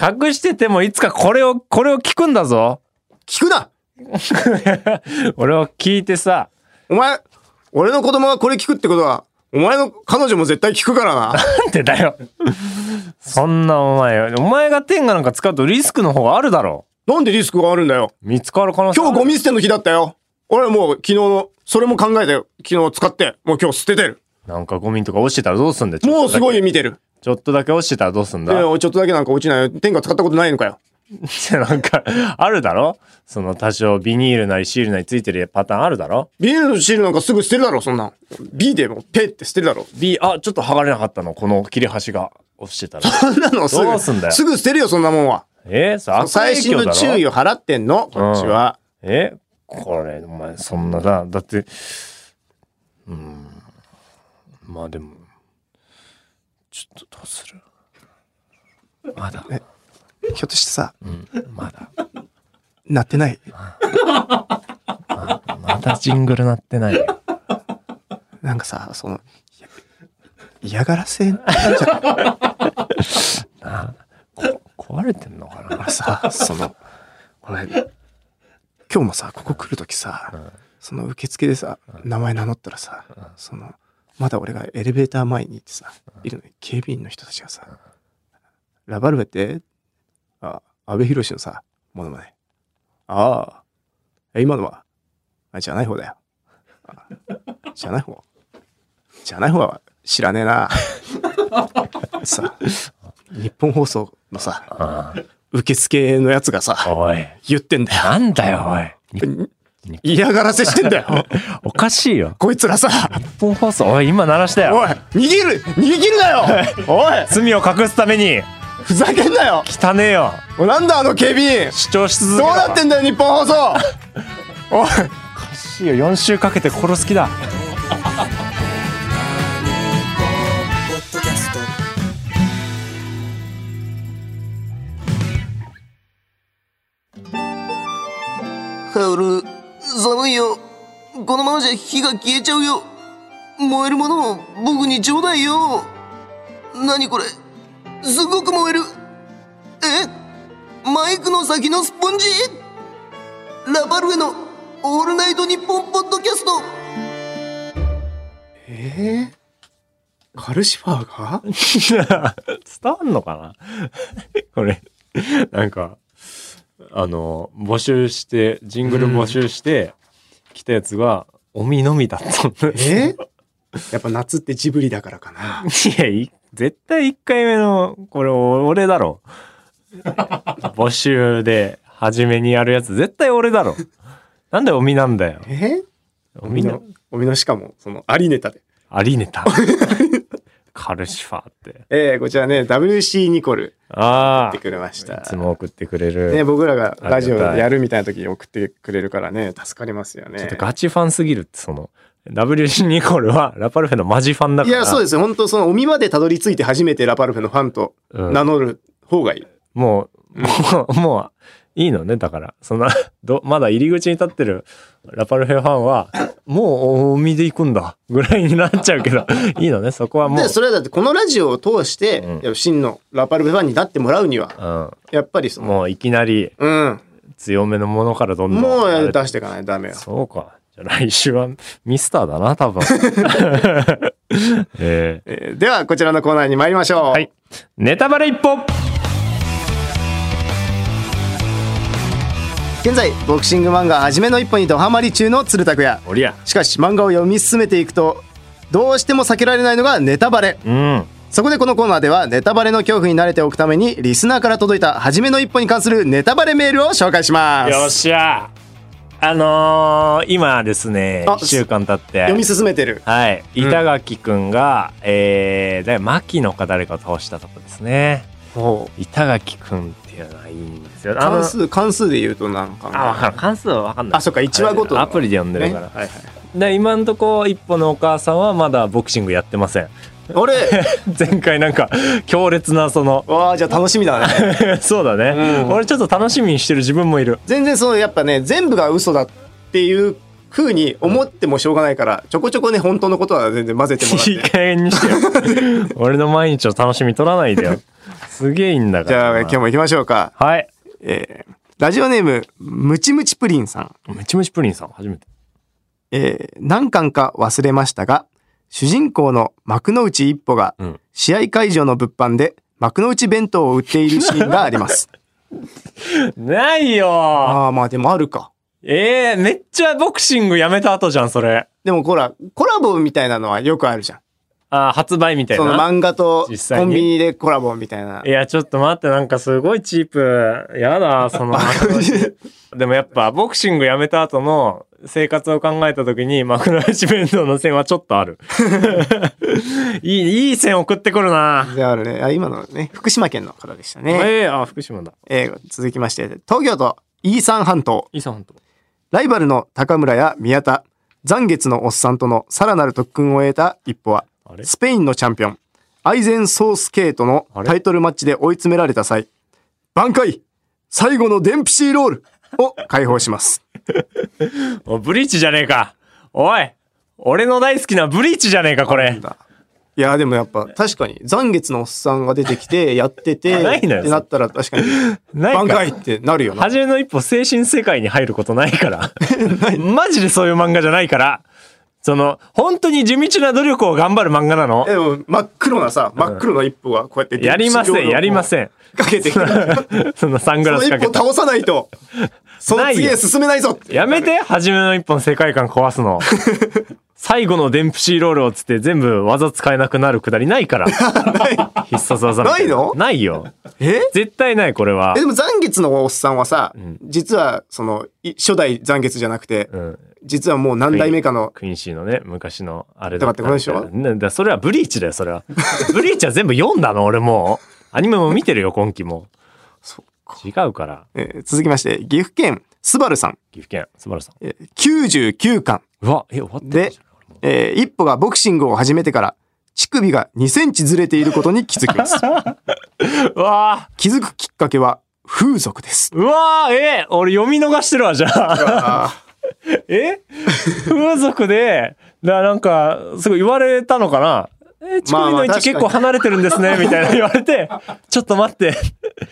隠しててもいつかこれをこれを聞くんだぞ聞くな俺を聞いてさお前、俺の子供がこれ聞くってことは、お前の彼女も絶対聞くからな。 なんでだよ。そんなお前、お前が天下なんか使うとリスクの方があるだろなんでリスクがあるんだよ。う。見つかる可能性あ今る。日ゴミ捨ての日だったよ。俺はもう昨日の、それも考えて昨日使って、もう今日捨ててる。なんかゴミとか落ちてたらどうすんだよ。ちょっともだうけすごい。見てる。ちょっとだけ落ちてたらどうすんいだや、ちょっとだけなんか落ちないよ。天狗使ったことないのかよ。なんか、あるだろその多少ビニールなりシールなりついてるパターンあるだろビニールのシールなんかすぐ捨てるだろそんなん B でもペって捨てるだろ ?B、あ、ちょっと剥がれなかったの。この切れ端が落ち てたら。そんなのすぐどうすんだよすぐ捨てるよそんなもんはえそれ悪最影新響だのろ注意を払ってんのこっちは、えこれお前そんなさだってうんまあでもちょっとどうするまだひょっとしてさまだなってないまだジングル鳴ってないよなんかさその嫌がらせなんじゃない壊れてんのかな俺さ その俺今日もさここ来る時さ、その受付でさ名前名乗ったらさ、そのまだ俺がエレベーター前に行ってさ、いるのに警備員の人たちがさ「ラバルベってあ阿部寛のさものまねああえ今のはあじゃない方だよあじゃない方じゃない方は知らねえな さ日本放送のさあ受付のやつがあさ、おい言ってんだよ。なんだよおい嫌がらせしてんだよ。 おかしいよこいつらさ、日本放送おい今鳴らしたおよい、逃げる逃げるなよおい、罪を隠すためにふざけんなよ汚ねえよおいなんだあの警備員主張し続けどうろなってんだよ、日本放送おい、おかしいよ4週かけて殺す気だハウル、寒いよ。このままじゃ火が消えちゃうよ。燃えるものを僕にちょうだいよ。何これすごく燃える。えマイクの先のスポンジラパルエのオールナイトニッポンポッドキャストえー、カルシファーが 伝わんのかな これなんかあの募集してジングル募集して、来たやつがおみのみだったんですよ えやっぱ夏ってジブリだからかな。いやい絶対1回目のこれお俺だろ募集で初めにやるやつ絶対俺だろなんでおみなんだよえおみみんのな、おみのしかも、その、ありネタで。ありネタカルシファーってえー、こちらね、WC ニコル、あってあくれました。いつも送ってくれる、ね、僕らがラジオありがたいやるみたいな時に送ってくれるからね助かりますよねちょっとガチファンすぎるってその WC ニコルはラパルフェのマジファンだいから。や、そうです。本当その、おみまでたどり着いて初めてラパルフェのファンとうん名乗る方がいい。もう、もう、もう、いいのね。だから、そんな、ど、まだ入り口に立ってるラパルフェファンは、もう、お見で行くんだ。ぐらいになっちゃうけど、いいのね。そこはもうで、、それはだって、このラジオを通して、うんやっぱ真のラパルフェファンになってもらうには、やっぱりそうん。の、もう、いきなりうん。強めのものからどんどん。もう出していかないとダメよ。そうか。じゃあ来週はミスターだな、 多分。えーえーでは、こちらのコーナーに参りましょう。はい。ネタバレ一歩現在、ボクシング漫画、はじめの一歩にドハマり中の鶴拓也。おりや。しかし、漫画を読み進めていくと、どうしても避けられないのがネタバレ。うん。そこでこのコーナーではネタバレの恐怖に慣れておくためにリスナーから届いた初めの一歩に関するネタバレメールを紹介します。よっしゃあのー、今ですね、あ1週間経って。読み進めてる。はい、ん板垣くんが、えー、だ牧野か誰かを倒したとこですね板垣くんっていうのはいいんですよあの関数関数で言うとなんかあ分かな。る関数は分かんないあ、そっか一話ごとのアプリで読んでるから、ねはいはいで今んとこ一歩のお母さんはまだボクシングやってま せんあれ、前回なんか強烈なその わあじゃあ楽しみだね。そうだね、うん俺ちょっと楽しみにしてる自分もいる全然そのやっぱね全部が嘘だっていう風に思ってもしょうがないからちょこちょこね本当のことは全然混ぜてもらっいいて。加減に してよ俺の毎日を楽しみ取らないでよすげえいいんだかじらゃあ今日も行きましょうか。はいえーラジオネームムチムチプリンさん。ムチムチプリンさん初めてえー何巻か忘れましたが主人公の幕の内一歩がうん試合会場の物販で幕の内弁当を売っているシーンがあります ないよーああまあでもあるかええめっちゃボクシングやめた後じゃん、それ。でもほらコラボみたいなのはよくあるじゃんあー発売みたいそのな。漫画と実際にコンビニでコラボみたいないや、ちょっと待って、なんかすごいチープ。や だ、その。でもやっぱ、ボクシングやめた後の生活を考えた時に、幕の内弁当の線はちょっとあ る。いい、いい線送ってくるな。であるねあ今のね福島県の方でしたね、ええあ、福島だ。えー続きまして東京都イーサン半島いいさんと。ライバルの高村や宮田残月のおっさんとのさらなる特訓を得た一歩はあれスペインのチャンピオンアイゼンソースケートのあれタイトルマッチで追い詰められた際挽回最後のデンプシーロールを解放します お、ブリーチじゃねえか。おい俺の大好きなブリーチじゃねえか、これ。いやでもやっぱ確かに残月のおっさんが出てきてやって てないのよってなったら確かに ないか挽回ってなるよな初めの一歩精神世界に入ることない から。マジでそういう漫画じゃないから。その、本当に地道な努力を頑張る漫画なのえ。でも真っ黒なさ真っ黒な一歩がこうやってやりません、やりまんせん。かけてきて そのサングそラのス一かけ歩た。倒さないとその次へ進めないぞってやめて初めの一歩の世界観壊す の。最後のデンプシーロールをつって全部技使えなくなるくだりない から。必殺技みたないのないよ。え絶対ない、これはえ。でも残月のおっさんはさ、ん実はそのい初代残月じゃなくて、うん。実はもう何代目かのクインシーのね、昔のあれだからってことでねだからそれはブリーチだよ、それは。 ブリーチは全部読んだの、俺もう。アニメも見てるよ、今期も。違うから。えー続きまして岐阜県スバルさん、岐阜県、すばらさん。えー99巻うわ、え、終わってで、えー一歩がボクシングを始めてから乳首が2センチずれていることに気づきます うわ気づくきっかけは風俗ですーうわーえ俺読み逃してるわ、じゃあ。あ え風俗で、だなんか、すごい言われたのかなえ、乳首まあまのあ位置結構確か離れてるんですね、みたいな言われて、ちょっと待って、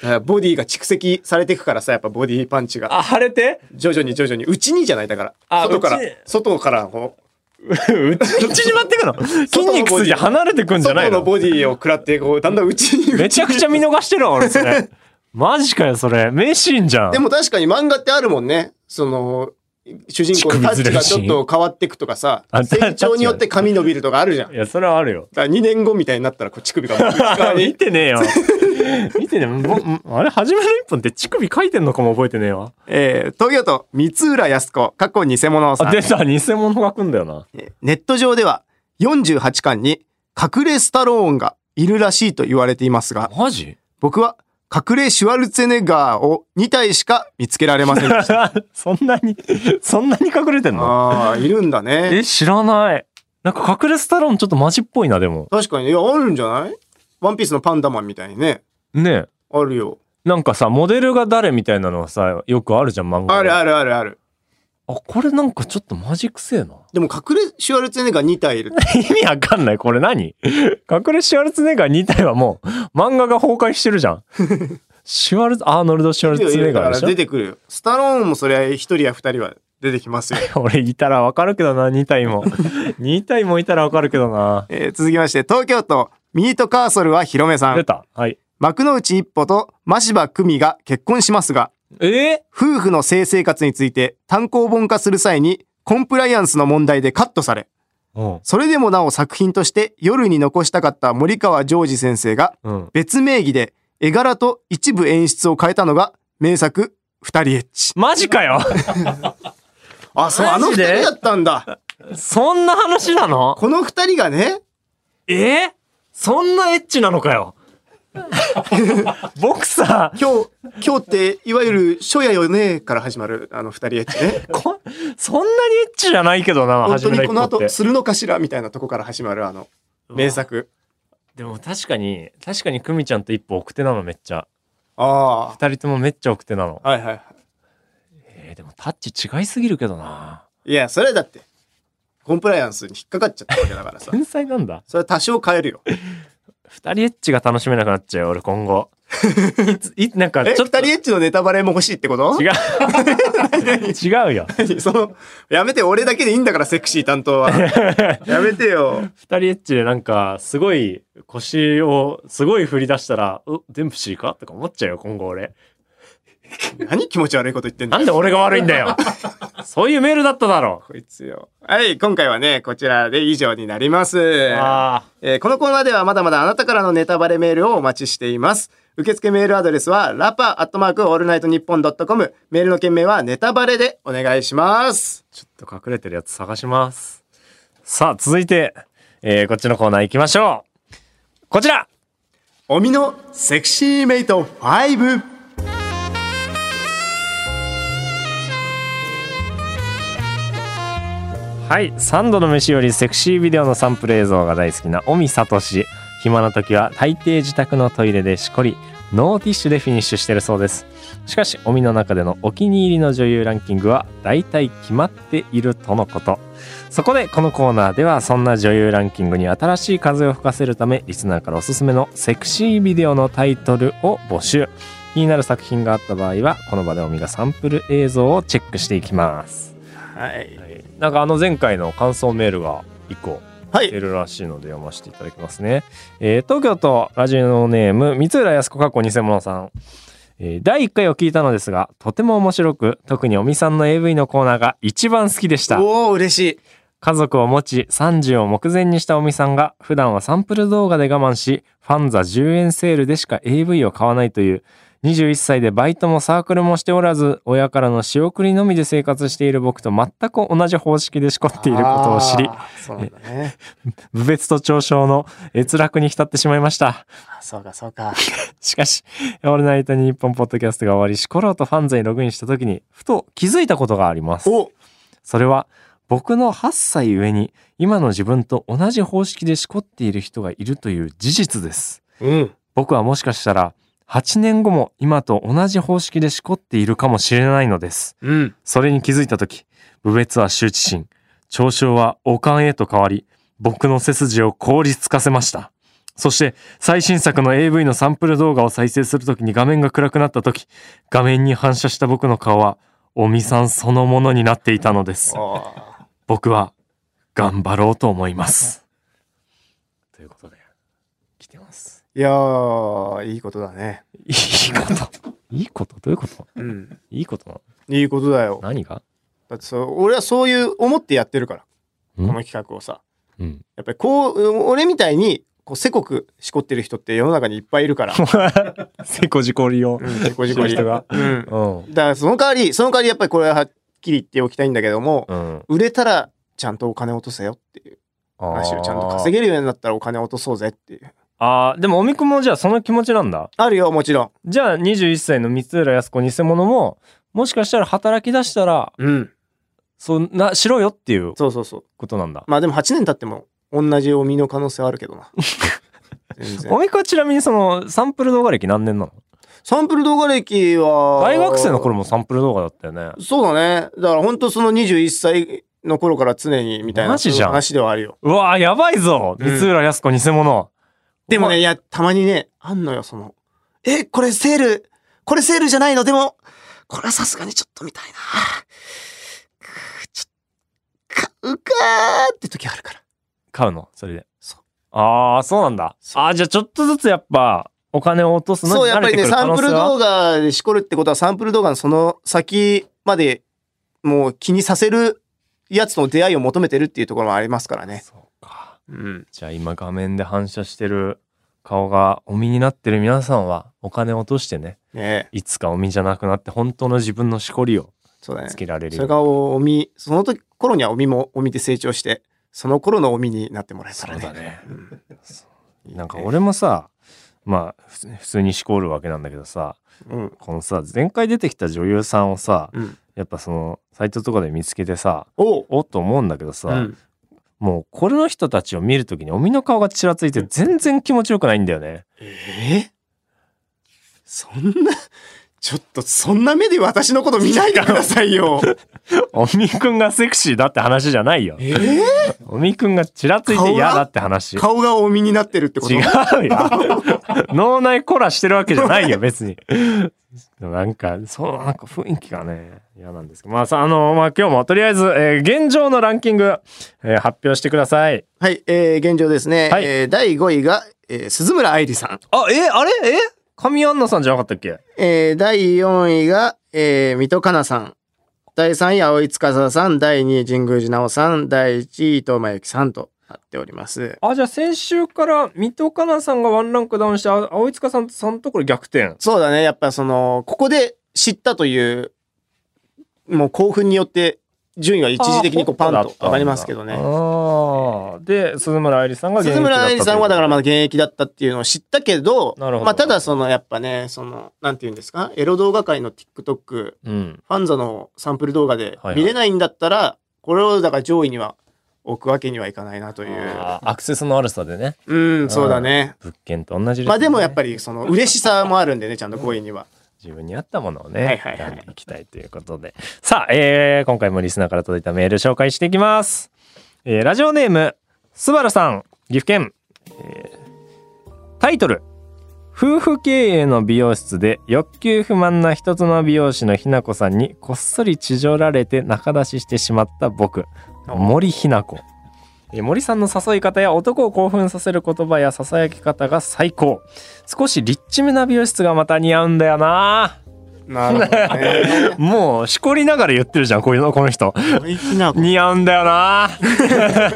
ーボディが蓄積されていくからさやっぱボディパンチがあ、腫れて徐々に徐々にうちにじゃないだからあ外からうち外からこううち、うちにまってくの筋肉筋離れてくんじゃな外いののボディを食らってこうだんだんうちにめちゃくちゃ見逃してるわ、俺、それ。 マジかよ、それ。名シーンじゃん。でも確かに漫画ってあるもんね。その、主人公のタッチがちょっと変わっていくとかさあ、タ成長によって髪伸びるとかあるじゃん。だいかや、それはあるよ。ら2年後みたいになったらこう乳首が内側見に。てねえよ。 見てねえぼん。あれ、初めの一本って乳首書いてんのかも覚えてねえわ。えー、東京都三浦靖子、過去偽物さあ、ん。出た、偽物が来んだよな。えーネット上では48巻に隠れスタローンがいるらしいと言われていますが、マジ僕は隠れシュワルツェネッガーを2体しか見つけられま せんでした。 そんなに、そんなに隠れてんのああ、いるんだね。え、知らない。なんか隠れスタローンちょっとマジっぽいな、でも。確かに、いや、あるんじゃないワンピースのパンダマンみたいにね。ねえ。あるよ。なんかさ、モデルが誰みたいなのはさ、よくあるじゃん、漫画であるあるあるある。あ、これなんかちょっとマジくせえな。でも、隠れシュワルツェネッガー2体いるっ て。意味わかんない。これ何隠れシュワルツェネッガー2体はもう、漫画が崩壊してるじゃ ん。シュワルツ、アーノルド・シュワルツェネッガーいでるかしらょ出てくるよ。スタローンもそりゃ1人や2人は出てきますよ。俺いたらわかるけどな、2体 も。2体もいたらわかるけどな。 えー続きまして、東京都、ミートカーソルは広めさ出ん。た。はい。幕の内一歩と真柴久美が結婚しますが、えー、夫婦の性生活について単行本化する際にコンプライアンスの問題でカットされ、うん。それでもなお作品として夜に残したかった森川ジョージ先生がうん。別名義で絵柄と一部演出を変えたのが名作二人エッチ。マジ かよあ、そう、あの二マジ人でだったんだ。そんな話なのこの二人がね、えー、そんなエッチなのか よ僕さ、今日、今日っていわゆる初夜よねから始まるあの二人エッチ ね。こそんなにエッチじゃないけどな、本初当めのに一この歩って後。するのかしらみたいなとこから始まるあの名作。でも確かに、確かにクミちゃんと一歩奥手なのめっちゃ。あ二人ともめっちゃ奥手なの。あ。はいはいはい。えー、でもタッチ違いすぎるけどな。いや、それはだって、コンプライアンスに引っかかっちゃったわけだから さ。天才なんだ。それは多少変えるよ。二人エッチが楽しめなくなっちゃうよ、俺今後。いつ、いなんかえ、ち二ょっと人エッチのネタバレも欲しいってこと違う。違うよ。何その、やめて、俺だけでいいんだから、セクシー担 当は。やめてよ。二人エッチでなんかすごい腰をすごい振り出したら「うデンプシーか?」とか思っちゃうよ今後俺何気持ち悪いこと言ってんなだんで俺が悪いんだ よそういうメールだっただろこいつよ。はい、今回はね、こちらで以上になります。あえーこのコーナーではまだまだあなたからのネタバレメールをお待ちしています。受付メールアドレスは、ラパアットマークオールナイトニッポンドットコム。メールの件名はネタバレでお願いします。ーちょっと隠れてるやつ探しますさあ続いて、えーこっちのコーナー行きましょうこちらおみのセクシーメイト5。はい3度の飯よりセクシービデオのサンプル映像が大好きな尾身聡暇な時は大抵自宅のトイレでしこりノーティッシュでフィニッシュしてるそうですしかし尾身の中でのお気に入りの女優ランキングは大体決まっているとのことそこでこのコーナーではそんな女優ランキングに新しい風を吹かせるためリスナーからおすすめのセクシービデオのタイトルを募集気になる作品があった場合はこの場で尾身がサンプル映像をチェックしていきますはい。はいなんかあの前回の感想メールが1個は出い。るらしいので読ませていただきますね。えー東京都ラジオネーム三浦康子かっこ偽物さん。えー第1回を聞いたのですがとても面白く特におみさんの AV のコーナーが一番好きでしたおお嬉しい。家族を持ち30を目前にしたおみさんが普段はサンプル動画で我慢しファンザ10円セールでしか AV を買わないという21歳でバイトもサークルもしておらず親からの仕送りのみで生活している僕と全く同じ方式でしこっていることを知りあー。そうなんだね。 無別と嘲笑の閲楽に浸ってしまいましたあそうか、そう か。しかし「オールナイトニッポン」ポッドキャストが終わりシコローとファンザにログインした時にふと気づいたことがありますおそれは僕の8歳上に今の自分と同じ方式でしこっている人がいるという事実ですうん。僕はもしかしたら8年後も今と同じ方式でしこっているかもしれないのですうん。それに気づいた時無別は羞恥心嘲笑は悪感へと変わり僕の背筋を凍りつかせましたそして最新作の AV のサンプル動画を再生する時に画面が暗くなった時画面に反射した僕の顔はおみさんそのものになっていたのですおー僕は頑張ろうと思いますということで来てますいやー、いいことだね。いいこといいことどういうことうん。いいことなのいいことだよ。何 がだってそう、俺はそういう思ってやってるから。うんこの企画をさ。うんやっぱりこう、うん俺みたいに、こう、せこくしこってる人って世の中にいっぱいいる から。せこじこりをうん、せこじこり。してる人がうん。うんだからその代わり、その代わりやっぱりこれははっきり言っておきたいんだけども、うん売れたらちゃんとお金落とせよっていう話をちゃんと稼げるようになったらお金落とそうぜっていう。あーでもおみくもじゃあその気持ちなんだあるよ、もちろん。じゃあ21歳の三浦靖子偽物ももしかしたら働き出したらうん。そんなしろよっていうそうそうそう。ことなんだまあでも8年経っても同じお身の可能性はあるけどな。全お然。みくはちなみにそのサンプル動画歴何年なのサンプル動画歴は。大学生の頃もサンプル動画だったよねそうだね。だから本当その21歳の頃から常にみたいなマジじゃん話ではあるよ。うわーやばいぞうん三浦靖子偽物、でもね、いや、たまにね、あんのよ、その。え、これセール、これセールじゃないのでも、これはさすがにちょっと見たいな。くーちょっと、買うかーって時あるから。買うのそれでそうああそうなんだあーじゃあちょっとずつやっぱお金を落とすのそう、にや慣っぱれりてくるね、サ可ン能プ性ル動は画でしこるってことは、サンプル動画のその先まで、もう気にさせるやつとの出会いを求めてるっていうところもありますからね。そうかうん。じゃあ今画面で反射してる顔がお身になってる皆さんはお金を落としてねねえいつかお身じゃなくなって本当の自分のしこりをそうだねつ。けられるそようれにがおみ、その時頃にはおみもおみで成長して、その頃のおみになってもらえたらね。そうだねん。なんか俺もさまあふつ普通にしこるわけなんだけどさうん。このさ前回出てきた女優さんをさうん。やっぱそのサイトとかで見つけてさおう。おっと思うんだけどさ、うんもうこれの人たちを見るときにおみの顔がちらついて全然気持ちよくないんだよね。えーそんな、ちょっとそんな目で私のこと見ないでくださいよ。おみくんがセクシーだって話じゃないよ。えーおみくんがちらついて嫌だって話。違 顔がおみになってるってことうよ。脳内コラしてるわけじゃないよ別に。でもなんかそうなんか雰囲気がね嫌なんですけどまあさあのまあ今日もとりあえず、えー現状のランキング、えー発表してください。はい、えー、現状ですね。はいえー第5位が、えー鈴村愛理さん。あえあれえ神アンナさんじゃなかったっけえー第4位が、えー水戸かなさん。第3位、葵司さん。第2位、神宮寺奈緒さん。第1位、伊藤真由紀さんとなっております。あじゃあ先週から水戸かなさんがワンランクダウンしてあ青い塚さんとさんとこれ逆転そうだね。やっぱその、ここで知ったという、もう興奮によって、順位は一時的にこうパンと上がりますけどあね。ーで鈴村愛理さんが現鈴役だっ村たと愛いう理さんはだからまだ現役だったっていうのを知ったけど、なるほどまあただそのやっぱね、その、なんて言うんですか、エロ動画界の TikTok、うんファンザのサンプル動画ではいはい見れないんだったら、これをだから上位には置くわけにはいかないなという。あーアクセスの悪さでねうん、そうだね。物件と同じすねまあでもやっぱりその嬉しさもあるんでね、ちゃんと5位には。自分に合ったものをね、はいはいはい選んでいきたいということで。さあ、えー今回もリスナーから届いたメール紹介していきます。えーラジオネーム、すばるさん、岐阜県。えータイトル、夫婦経営の美容室で欲求不満な一つの美容師のひなこさんにこっそり地上られて仲出ししてしまった僕、森ひなこ。えー森さんの誘い方や男を興奮させる言葉やささやき方が最高少しリッチめな美容室がまた似合うんだよななるほどね。もうしこりながら言ってるじゃんこういうのこの人森きなこ似合うんだよな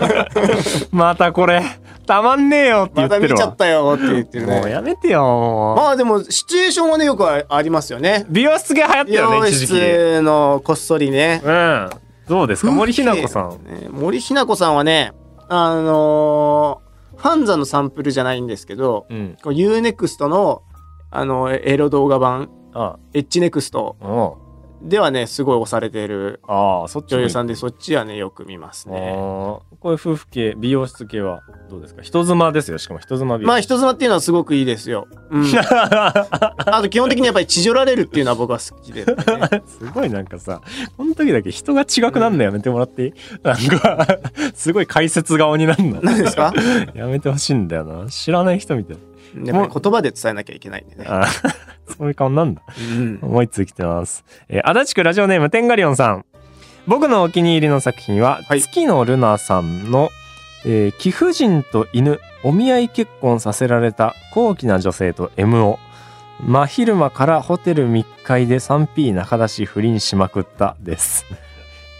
またこれたまんねえよって言まってた見るちゃわっ、たよって言ってるもうね。やめてよもまあでもシチュエーションはね、よくあありますよねう。美容室系流行った美よ容ね一時期室のこっそりね。うんどうですか森ひなこさんね森ひなこさんはね、あのーファンザのサンプルじゃないんですけど、うんこう UNEXT のあのエロ動画版あ HNEXT うんではねすごい押されてるああそっち女もいい優さんでそっちはねよく見ますあね。ーこういう夫婦系美容室系はどうですか人妻ですよしかも人妻美容まあ人妻っていうのはすごくいいですよ。うん あと基本的にやっぱり地上られるっていうのは僕は好きで、ね。すごいなんかさこの時だけ人が違くなんのやめてもらっていい、なんかすごい解説顔になるの 何ですかやめてほしいんだよな知らない人みたいやっぱり言葉で伝えなきゃいけないんでね。なあーそういう顔なんだうんもう一通来てます、えー足立区ラジオネームテンガリオンさん僕のお気に入りの作品は、はい月野ルナさんの、えー貴婦人と犬お見合い結婚させられた高貴な女性と MO 真昼間からホテル密会で 3P 仲出し不倫しまくったです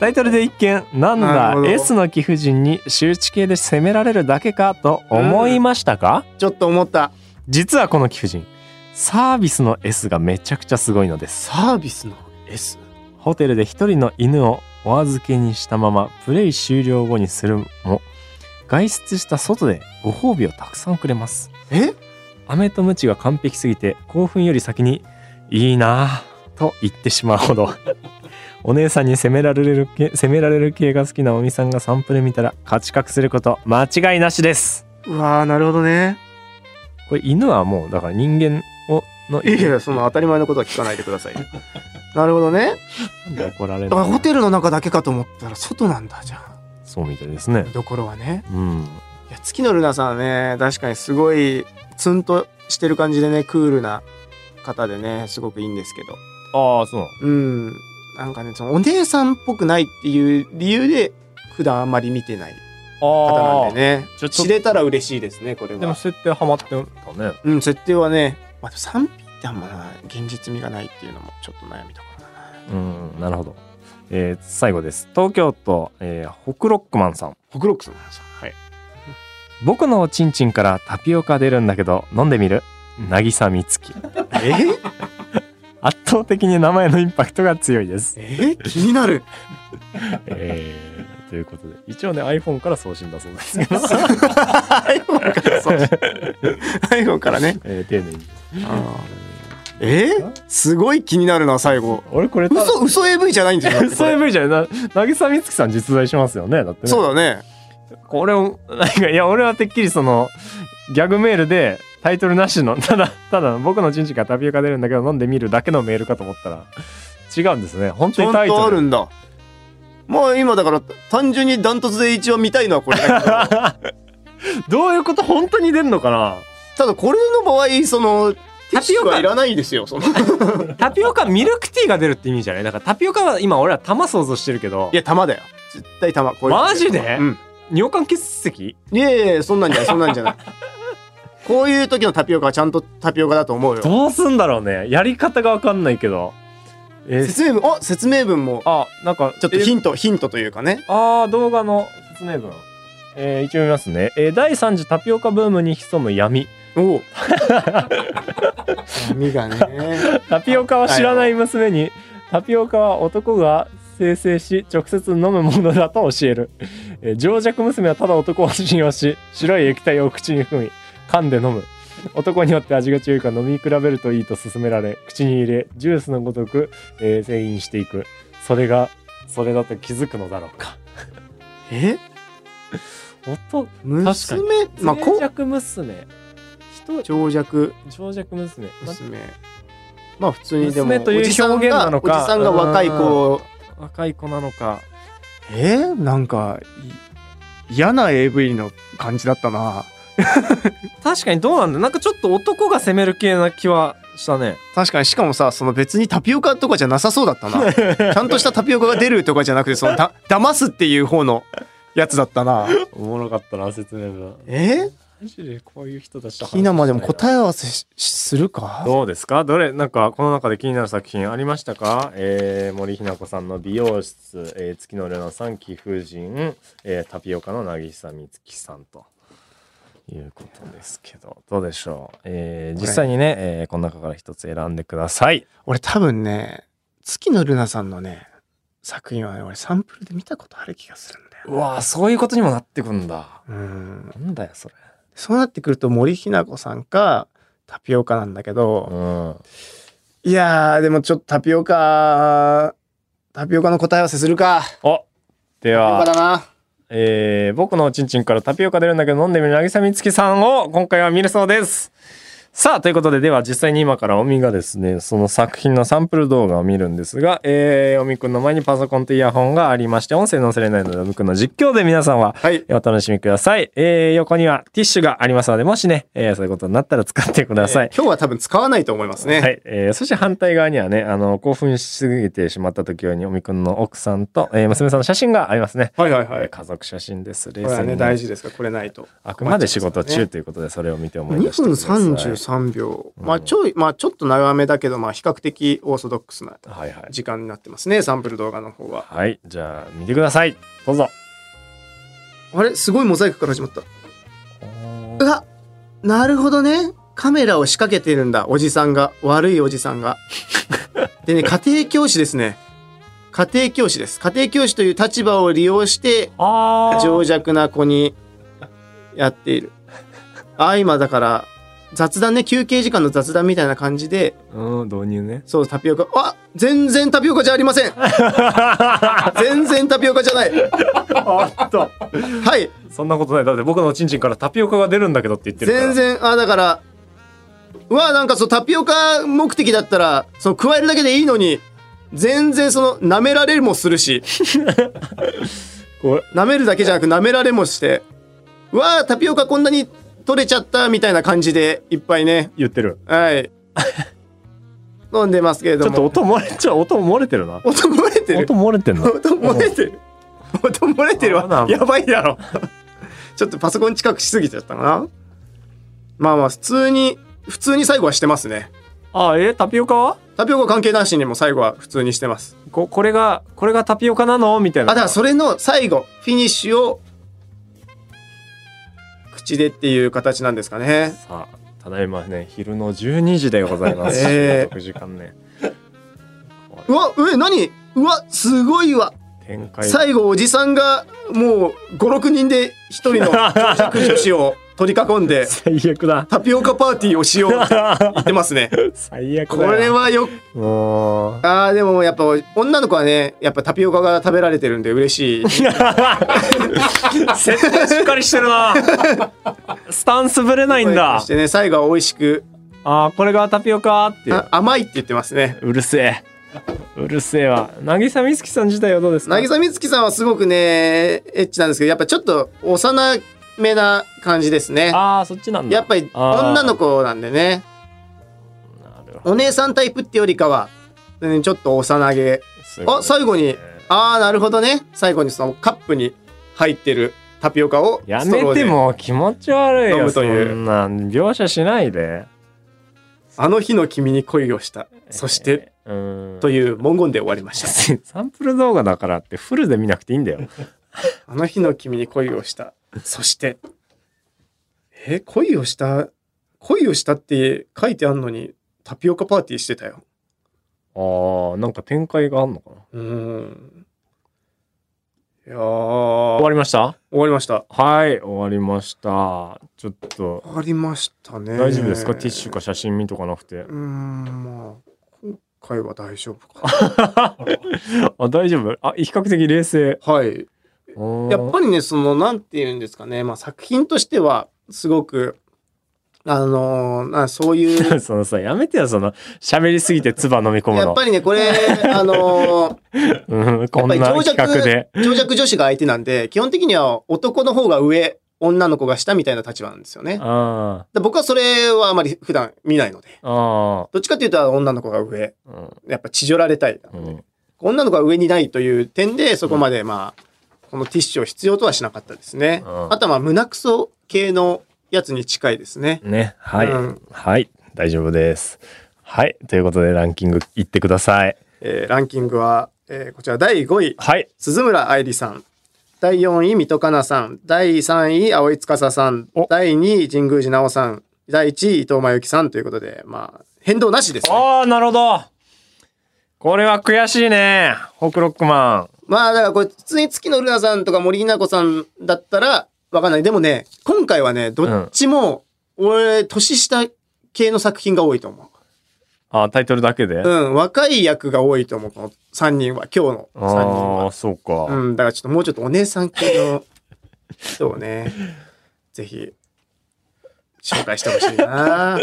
タイトルで一見なんなるだほど S の貴婦人に周知系で責められるだけかと思いましたか、ちょっと思った実はこの貴婦人サービスの S がめちゃくちゃすごいのですサービスの S ホテルで一人の犬をお預けにしたままプレイ終了後にするも外出した外でご褒美をたくさんくれますえ飴とムチが完璧すぎて興奮より先に「いいなあ」と言ってしまうほど お姉さんに責められる系責められる系が好きなおみさんがサンプル見たら価値覚すること間違いなしですうわーなるほどねこれ犬はもうだから人間をのいやいやその当たり前のことは聞かないでくだ さいよなるほどねなんで怒られるあホのテルの中だけかと思ったら外なんだじゃんそうみたいですね見どころはねうんいや月のルナさんはね確かにすごいツンとしてる感じでねクールな方でねすごくいいんですけどああそうなのうんなんかねそのお姉さんっぽくないっていう理由で普段あんまり見てない方なんでねちょっと知れたら嬉しいですねこれでもは設定ハマってたねうん設定はね、まあ、でも賛否ってあんまな現実味がないっていうのもちょっと悩みどころだなうんなるほど、えー最後です東京都、えー、北ロックマンさん北六さんの話はい僕のおちんちんからタピオカ出るんだけど飲んでみる渚美月え圧倒的に名前のインパクトが強いです、え気になる えー、ということで一応ね iPhone から送信だそう ですけど、 iPhone からそう iPhone からねえー丁寧にえすごい気になるな最後俺これた 嘘嘘 AV じゃないんじゃない嘘 AV じゃないな渚美月さん実在しますよねだってねそうだねこれをなんかいや俺はてっきりそのギャグメールでタイトルなしのただただ僕のちんちんからタピオカ出るんだけど飲んでみるだけのメールかと思ったら違うんですね本ち当ゃにタんイとあトるルんだまあ今だから単純にダントツで一番見たいのはこれだけどどういうこと本当に出るのかなただこれの場合そのタタピピオオカカいらないですよそのいタピオカミルクティーが出るって意味じゃないだからタピオカは今俺は玉想像してるけどや玉だよ絶対玉こういうのマジでうん尿管結石いやいやいやそんなんじゃないそんなんじゃ ないこういう時のタピオカはちゃんとタピオカだと思うよどうすんだろうねやり方が分かんないけどえー説明文あ説明文もあなんかちょっとえーヒントヒントというかねあー動画の説明文えー、一応見ますね、えー第3次タピオカブームに潜む闇 おお闇がねタピオカは知らない娘にタピオカは男が生成し直接飲むものだと教える、えー情弱娘はただ男を信用し白い液体を口に含み噛んで飲む男によって味が違うから飲み比べるといいと勧められ口に入れジュースのごとく、えー製品していくそれがそれだと気づくのだろうかえ男娘まあ情こ弱娘人情弱情弱娘娘まあ普通にでも娘というおじさんが表現なのかおじさんが若い子若い子なのかえーなんかい嫌な AV の感じだったな確かにどうなんだなんかちょっと男が攻める系な気はしたね確かにしかもさその別にタピオカとかじゃなさそうだった なちゃんとしたタピオカが出るとかじゃなくてそのだ騙すっていう方のやつだったなおもろかったな説明がえマジでこういう人たちと話したひなまでも答え合わせしするかどうですかどれなんかこの中で気になる作品ありましたか、えー、森ひな子さんの美容室、えー、月のルナさん貴婦人、えー、タピオカの渚美月さんということですけどどうでしょう、えー、実際にね、えー、この中から一つ選んでください俺多分ね月のルナさんのね作品はね俺サンプルで見たことある気がするんだようわーそういうことにもなってくんだうんなんだよそれそうなってくると森ひな子さんかタピオカなんだけうど、んいやーでもちょっとタピオカタピオカの答え合わせするかおでタピオカはだなえー僕のおちんちんからタピオカ出るんだけど飲んでみる渚みつきさんを今回は見るそうです。さあ、ということで、では実際に今からおみがですね、その作品のサンプル動画を見るんですが、えー、おみくんの前にパソコンとイヤホンがありまして、音声載せれないので、おみくんの実況で皆さんははいお楽しみください。えー、横にはティッシュがありますので、もしね、えーそういうことになったら使ってください。今日は多分使わないと 思いますね、はい、えーそして反対側にはねあの興奮しすぎてしまった時用におみくんの奥さんと、えー娘さんの写真がありますね、はいはいはいえー家族写真ですこれは冷静ねに大事ですからこれないとあくまで仕事中ということでそれを見て思い出して2くだ分さい33秒、まあちょいまあちょっと長めだけどまあ比較的オーソドックスなはいはい時間になってますねサンプル動画の方ははいじゃあ見てくださいどうぞあれすごいモザイクから始まったうわなるほどねカメラを仕掛けてるんだおじさんが悪いおじさ んがでね家庭教師ですね家庭教師です家庭教師という立場を利用してあ情弱な子にやっている。あ、今だから、雑談ね、休憩時間の雑談みたいな感じで、うん、導入ね。そう、タピオカ、あ全然タピオカじゃあり ません全然タピオカじゃないあっと。はいそんなことない。だって僕のおちんちんからタピオカが出るんだけどって言ってるから。全。然、あ、だから、うわ、なんかそう、タピオカ目的だったら、その、加えるだけでいいのに、全然その、舐められもするし、 こ舐めるだけじゃなく舐められもして、うわ、タピオカこんなに取れちゃった、みたいな感じで、いっぱいね、言ってる。 はい。飲んでますけれちどょっとも。音漏れ、 ちょ、音漏れてるな。音漏れてる音。漏れて んの。音漏れてる。音漏れてるあなわん。だやばいだろ。 ちょっとパソコン近くしすぎちゃったかな。まあまあ、普通に、普通に最後はしてますね。あ、え、タピオカはタピオカ関係なしにも最後は普通にしてます。ここれが、これがタピオカなのみたいあ、な。だからそれの最後、フィニッシュを、口でっていう形なんですかね。、さあただいまね昼の12時でございますええ6時間ねうわ、え、何うわ、すごいわ。展開最後、おじさんが、もう、5、6人で一人の 長尺女子を取り囲ん で、最悪だ タピオカパーティーをしようって言ってますね。最悪こだよれはよもうあーでもやっぱ女の子はねやっぱタピオカが食べられてるんで嬉しい設定しっかりしてるなスタンスぶれないんだしてね最後は美味しくあーこれがタピオカっていうあ甘いって言ってますねうるせえうるせえわ渚美月さん自体はどうですか渚みつきさんはすごくねエッチなんですけどやっぱちょっと幼めな感じですねあーそっちなんだやっぱりあー女の子なんでねなるほどお姉さんタイプってよりかは、うんちょっと幼げすごいあ最後にああなるほどね最後にそのカップに入ってるタピオカをやストロめーでてもう気持ち悪い飲よむそというんなん描写しないであの日の君に恋をしたそして、えーうんという文言で終わりました別に サンプル動画だからってフルで見なくていいんだよ。あの日の君に恋をした。そして。え、恋をした恋をしたって書いてあんのにタピオカパーティーしてたよ。あーなんか展開があんのかな。うーん。いやー終わ終りましたわりました。はい終わりました。ちょっと終わりましたね。大丈夫ですか、ティッシュか。写真見とかなくてう。ーん、まあ、今回は大丈夫 かあ大丈夫あ比較的冷静。な。はい。やっぱり りね、その、なんて言うんですかね、まあ作品としては、すごく、あのーなそうい うそのさやめてよその喋りすぎて唾飲み込むやっのぱ。りね、これ、あのーうんやこっんぱなり長企画で尺。長尺女子が相手なんで基本的には男の方が上女の子が下みたいな立場なんですよね。あで僕はそれはあまり普段見ないのでーあどっちかというと女の子が上ーやっぱ地上られたいなうのんで、うん女の子が上にないという点でそこまでまあこのティッシュを必要とはしなかったですね。うんあとはまあ胸クソ系のやつに近いですね。ねはい、うんはい大丈夫です。はいということでランキングいってください。えーランキングは、えーこちら第5位はい鈴村愛理さん第4位水戸香奈さん第3位青井司さんお第2位神宮寺直さん第1位伊藤真由紀さんということでまあ変動なしです、ね、ああ、なるほど。これは悔しいね。ホクロックマまあだからこれ普通に月野ルナさんとか森稲子さんだったらわかんないでもね今回はねどっちも俺年下系の作品が多いと思ン。あタイトルだけで。ううん若い役が多いと思うこの3人は今日の3人はああ、そうか。うん、だからちょっともうちょっとお姉さん系の人をね、 ぜひ、紹介してほしいな。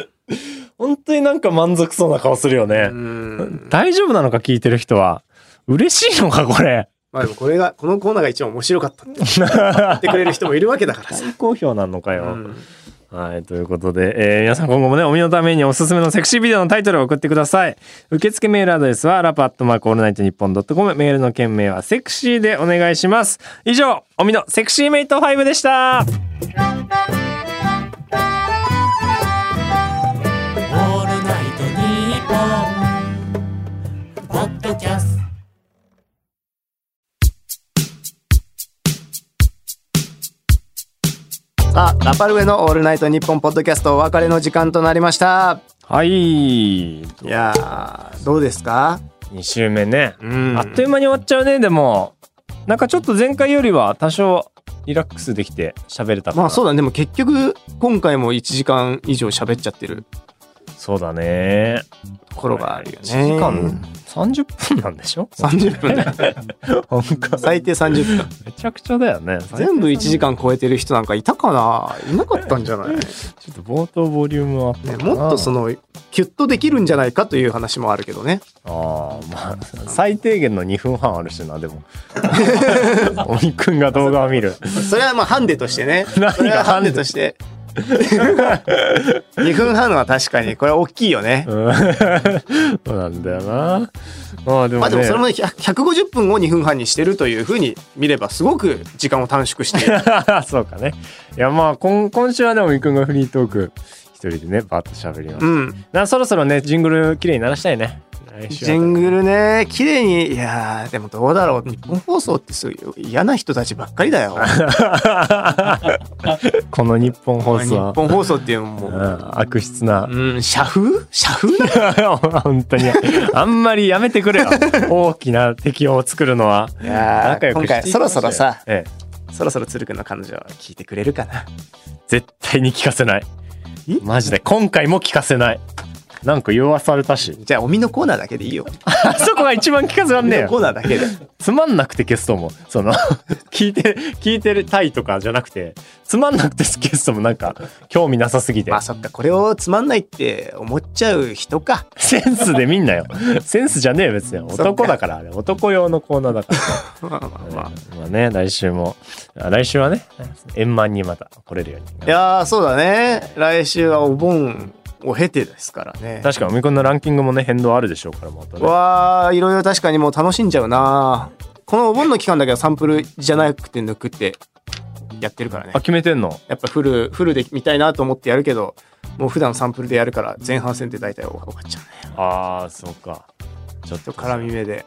本当になんか満足そうな顔するよねう。ん。大丈夫なのか聞いてる人は。嬉しいのかこれ。まあでもこれが、このコーナーが一番面白かったって言ってくれる人もいるわけだから さ。大好評なのかうよ。んはい、ということで、えー皆さん今後もね、お身のためにおすすめのセクシービデオのタイトルを送ってください。受付メールアドレスは、ラパットマークオールナイトニッポンドットコム。メールの件名は、セクシーでお願いします。以上、おみのセクシーメイト5でした。オールナイトニッポン」ポッドキャストさあ、ラパルウェのオールナイトニッポンポッドキャストお別れの時間となりました。はい。いいやー、どうですか2週目ね、うんあっという間に終わっちゃうねでもなんかちょっと前回よりは多少リラックスできて喋れたかなまあそうだねでも結局今回も1時間以上喋っちゃってるそうだねところがあるよね1時間30分なんでしょ30分だよなんか最低30分めちゃくちゃだよね全部1時間超えてる人なんかいたかないなかったんじゃない、ね、ちょっと冒頭ボリュームはあったかなもっとそのキュッとできるんじゃないかという話もあるけどねああまあ最低限の2分半あるしなで もおみくんが動画を見るそれはまあハンデとしてね何がそれはハンデとして 2分半は確かにこれは大きいよね、うん そうなんだよなまあでまもあでもねそれも100 150分を2分半にしてるというふうに見ればすごく時間を短縮している そうかねいやまあ今今週はでもみくんがフリートーク一人でねバッと喋ります、うんなそろそろねジングル綺麗に鳴らしたいね来週あたジりングルね綺麗にいやーでもどうだろう日本放送ってすごい嫌な人たちばっかりだよこの日本放日送は本放送っていうのもうもん悪質なう、うん、社風社風 な本当にあんまりやめてく れよ大きな敵を作るのはいや仲ー良く今していきましょう回そろそろさええそろそろ鶴くんの彼女は聞いてくれるかな絶対に聞かせないえマジで今回も聞かせないなんか弱された しじゃあおみのコーナーだけでいいよあそこが一番聞かせらおんみねえのコよーナーだけでつまんなくて消すともその 聞いて聞いてるたいとかじゃなくてつまんなくて消すともなんか興味なさすぎてまあそっかこれをつまんないって思っちゃう人かセンスで見んなよセンスじゃねえよ別にっか男だからあれ男用のコーナーだからまあまあまあまあね来週もあ来週はね円満にまた来れるようにいやーそうだね来週はお盆を経てですからね確かにおみくんのランキングもね変動あるでしょうからまたねわーいろいろ確かにもう楽しんじゃうなこのお盆の期間だけはサンプルじゃなくて抜くってやってるからねあ決めてんのやっぱフルフルで見たいなと思ってやるけどもう普段サンプルでやるから前半戦って大体終わっちゃうねああそうかちょっちとょっと絡み目で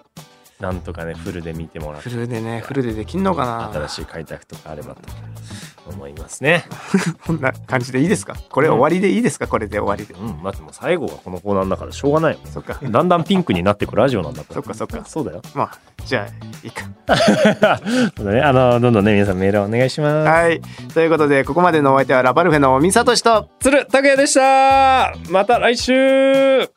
なんとかねフルで見てもらっフてルでねフルでできんのか新なしい開拓とかあればと思いますねこんな感じでいいですかこれ終わりでいいですかこれで終わりでうん待ってもう最後がこのコーナーだからしょうが ないよそっかだんだんピンクになってくラジオなんだからそっかそっかそうだよまあじゃあいいかそうだねあのどんどんね皆さんメールをお願いしますはいということでここまでのお相手はラパルフェの三里と鶴拓也でしたまた来週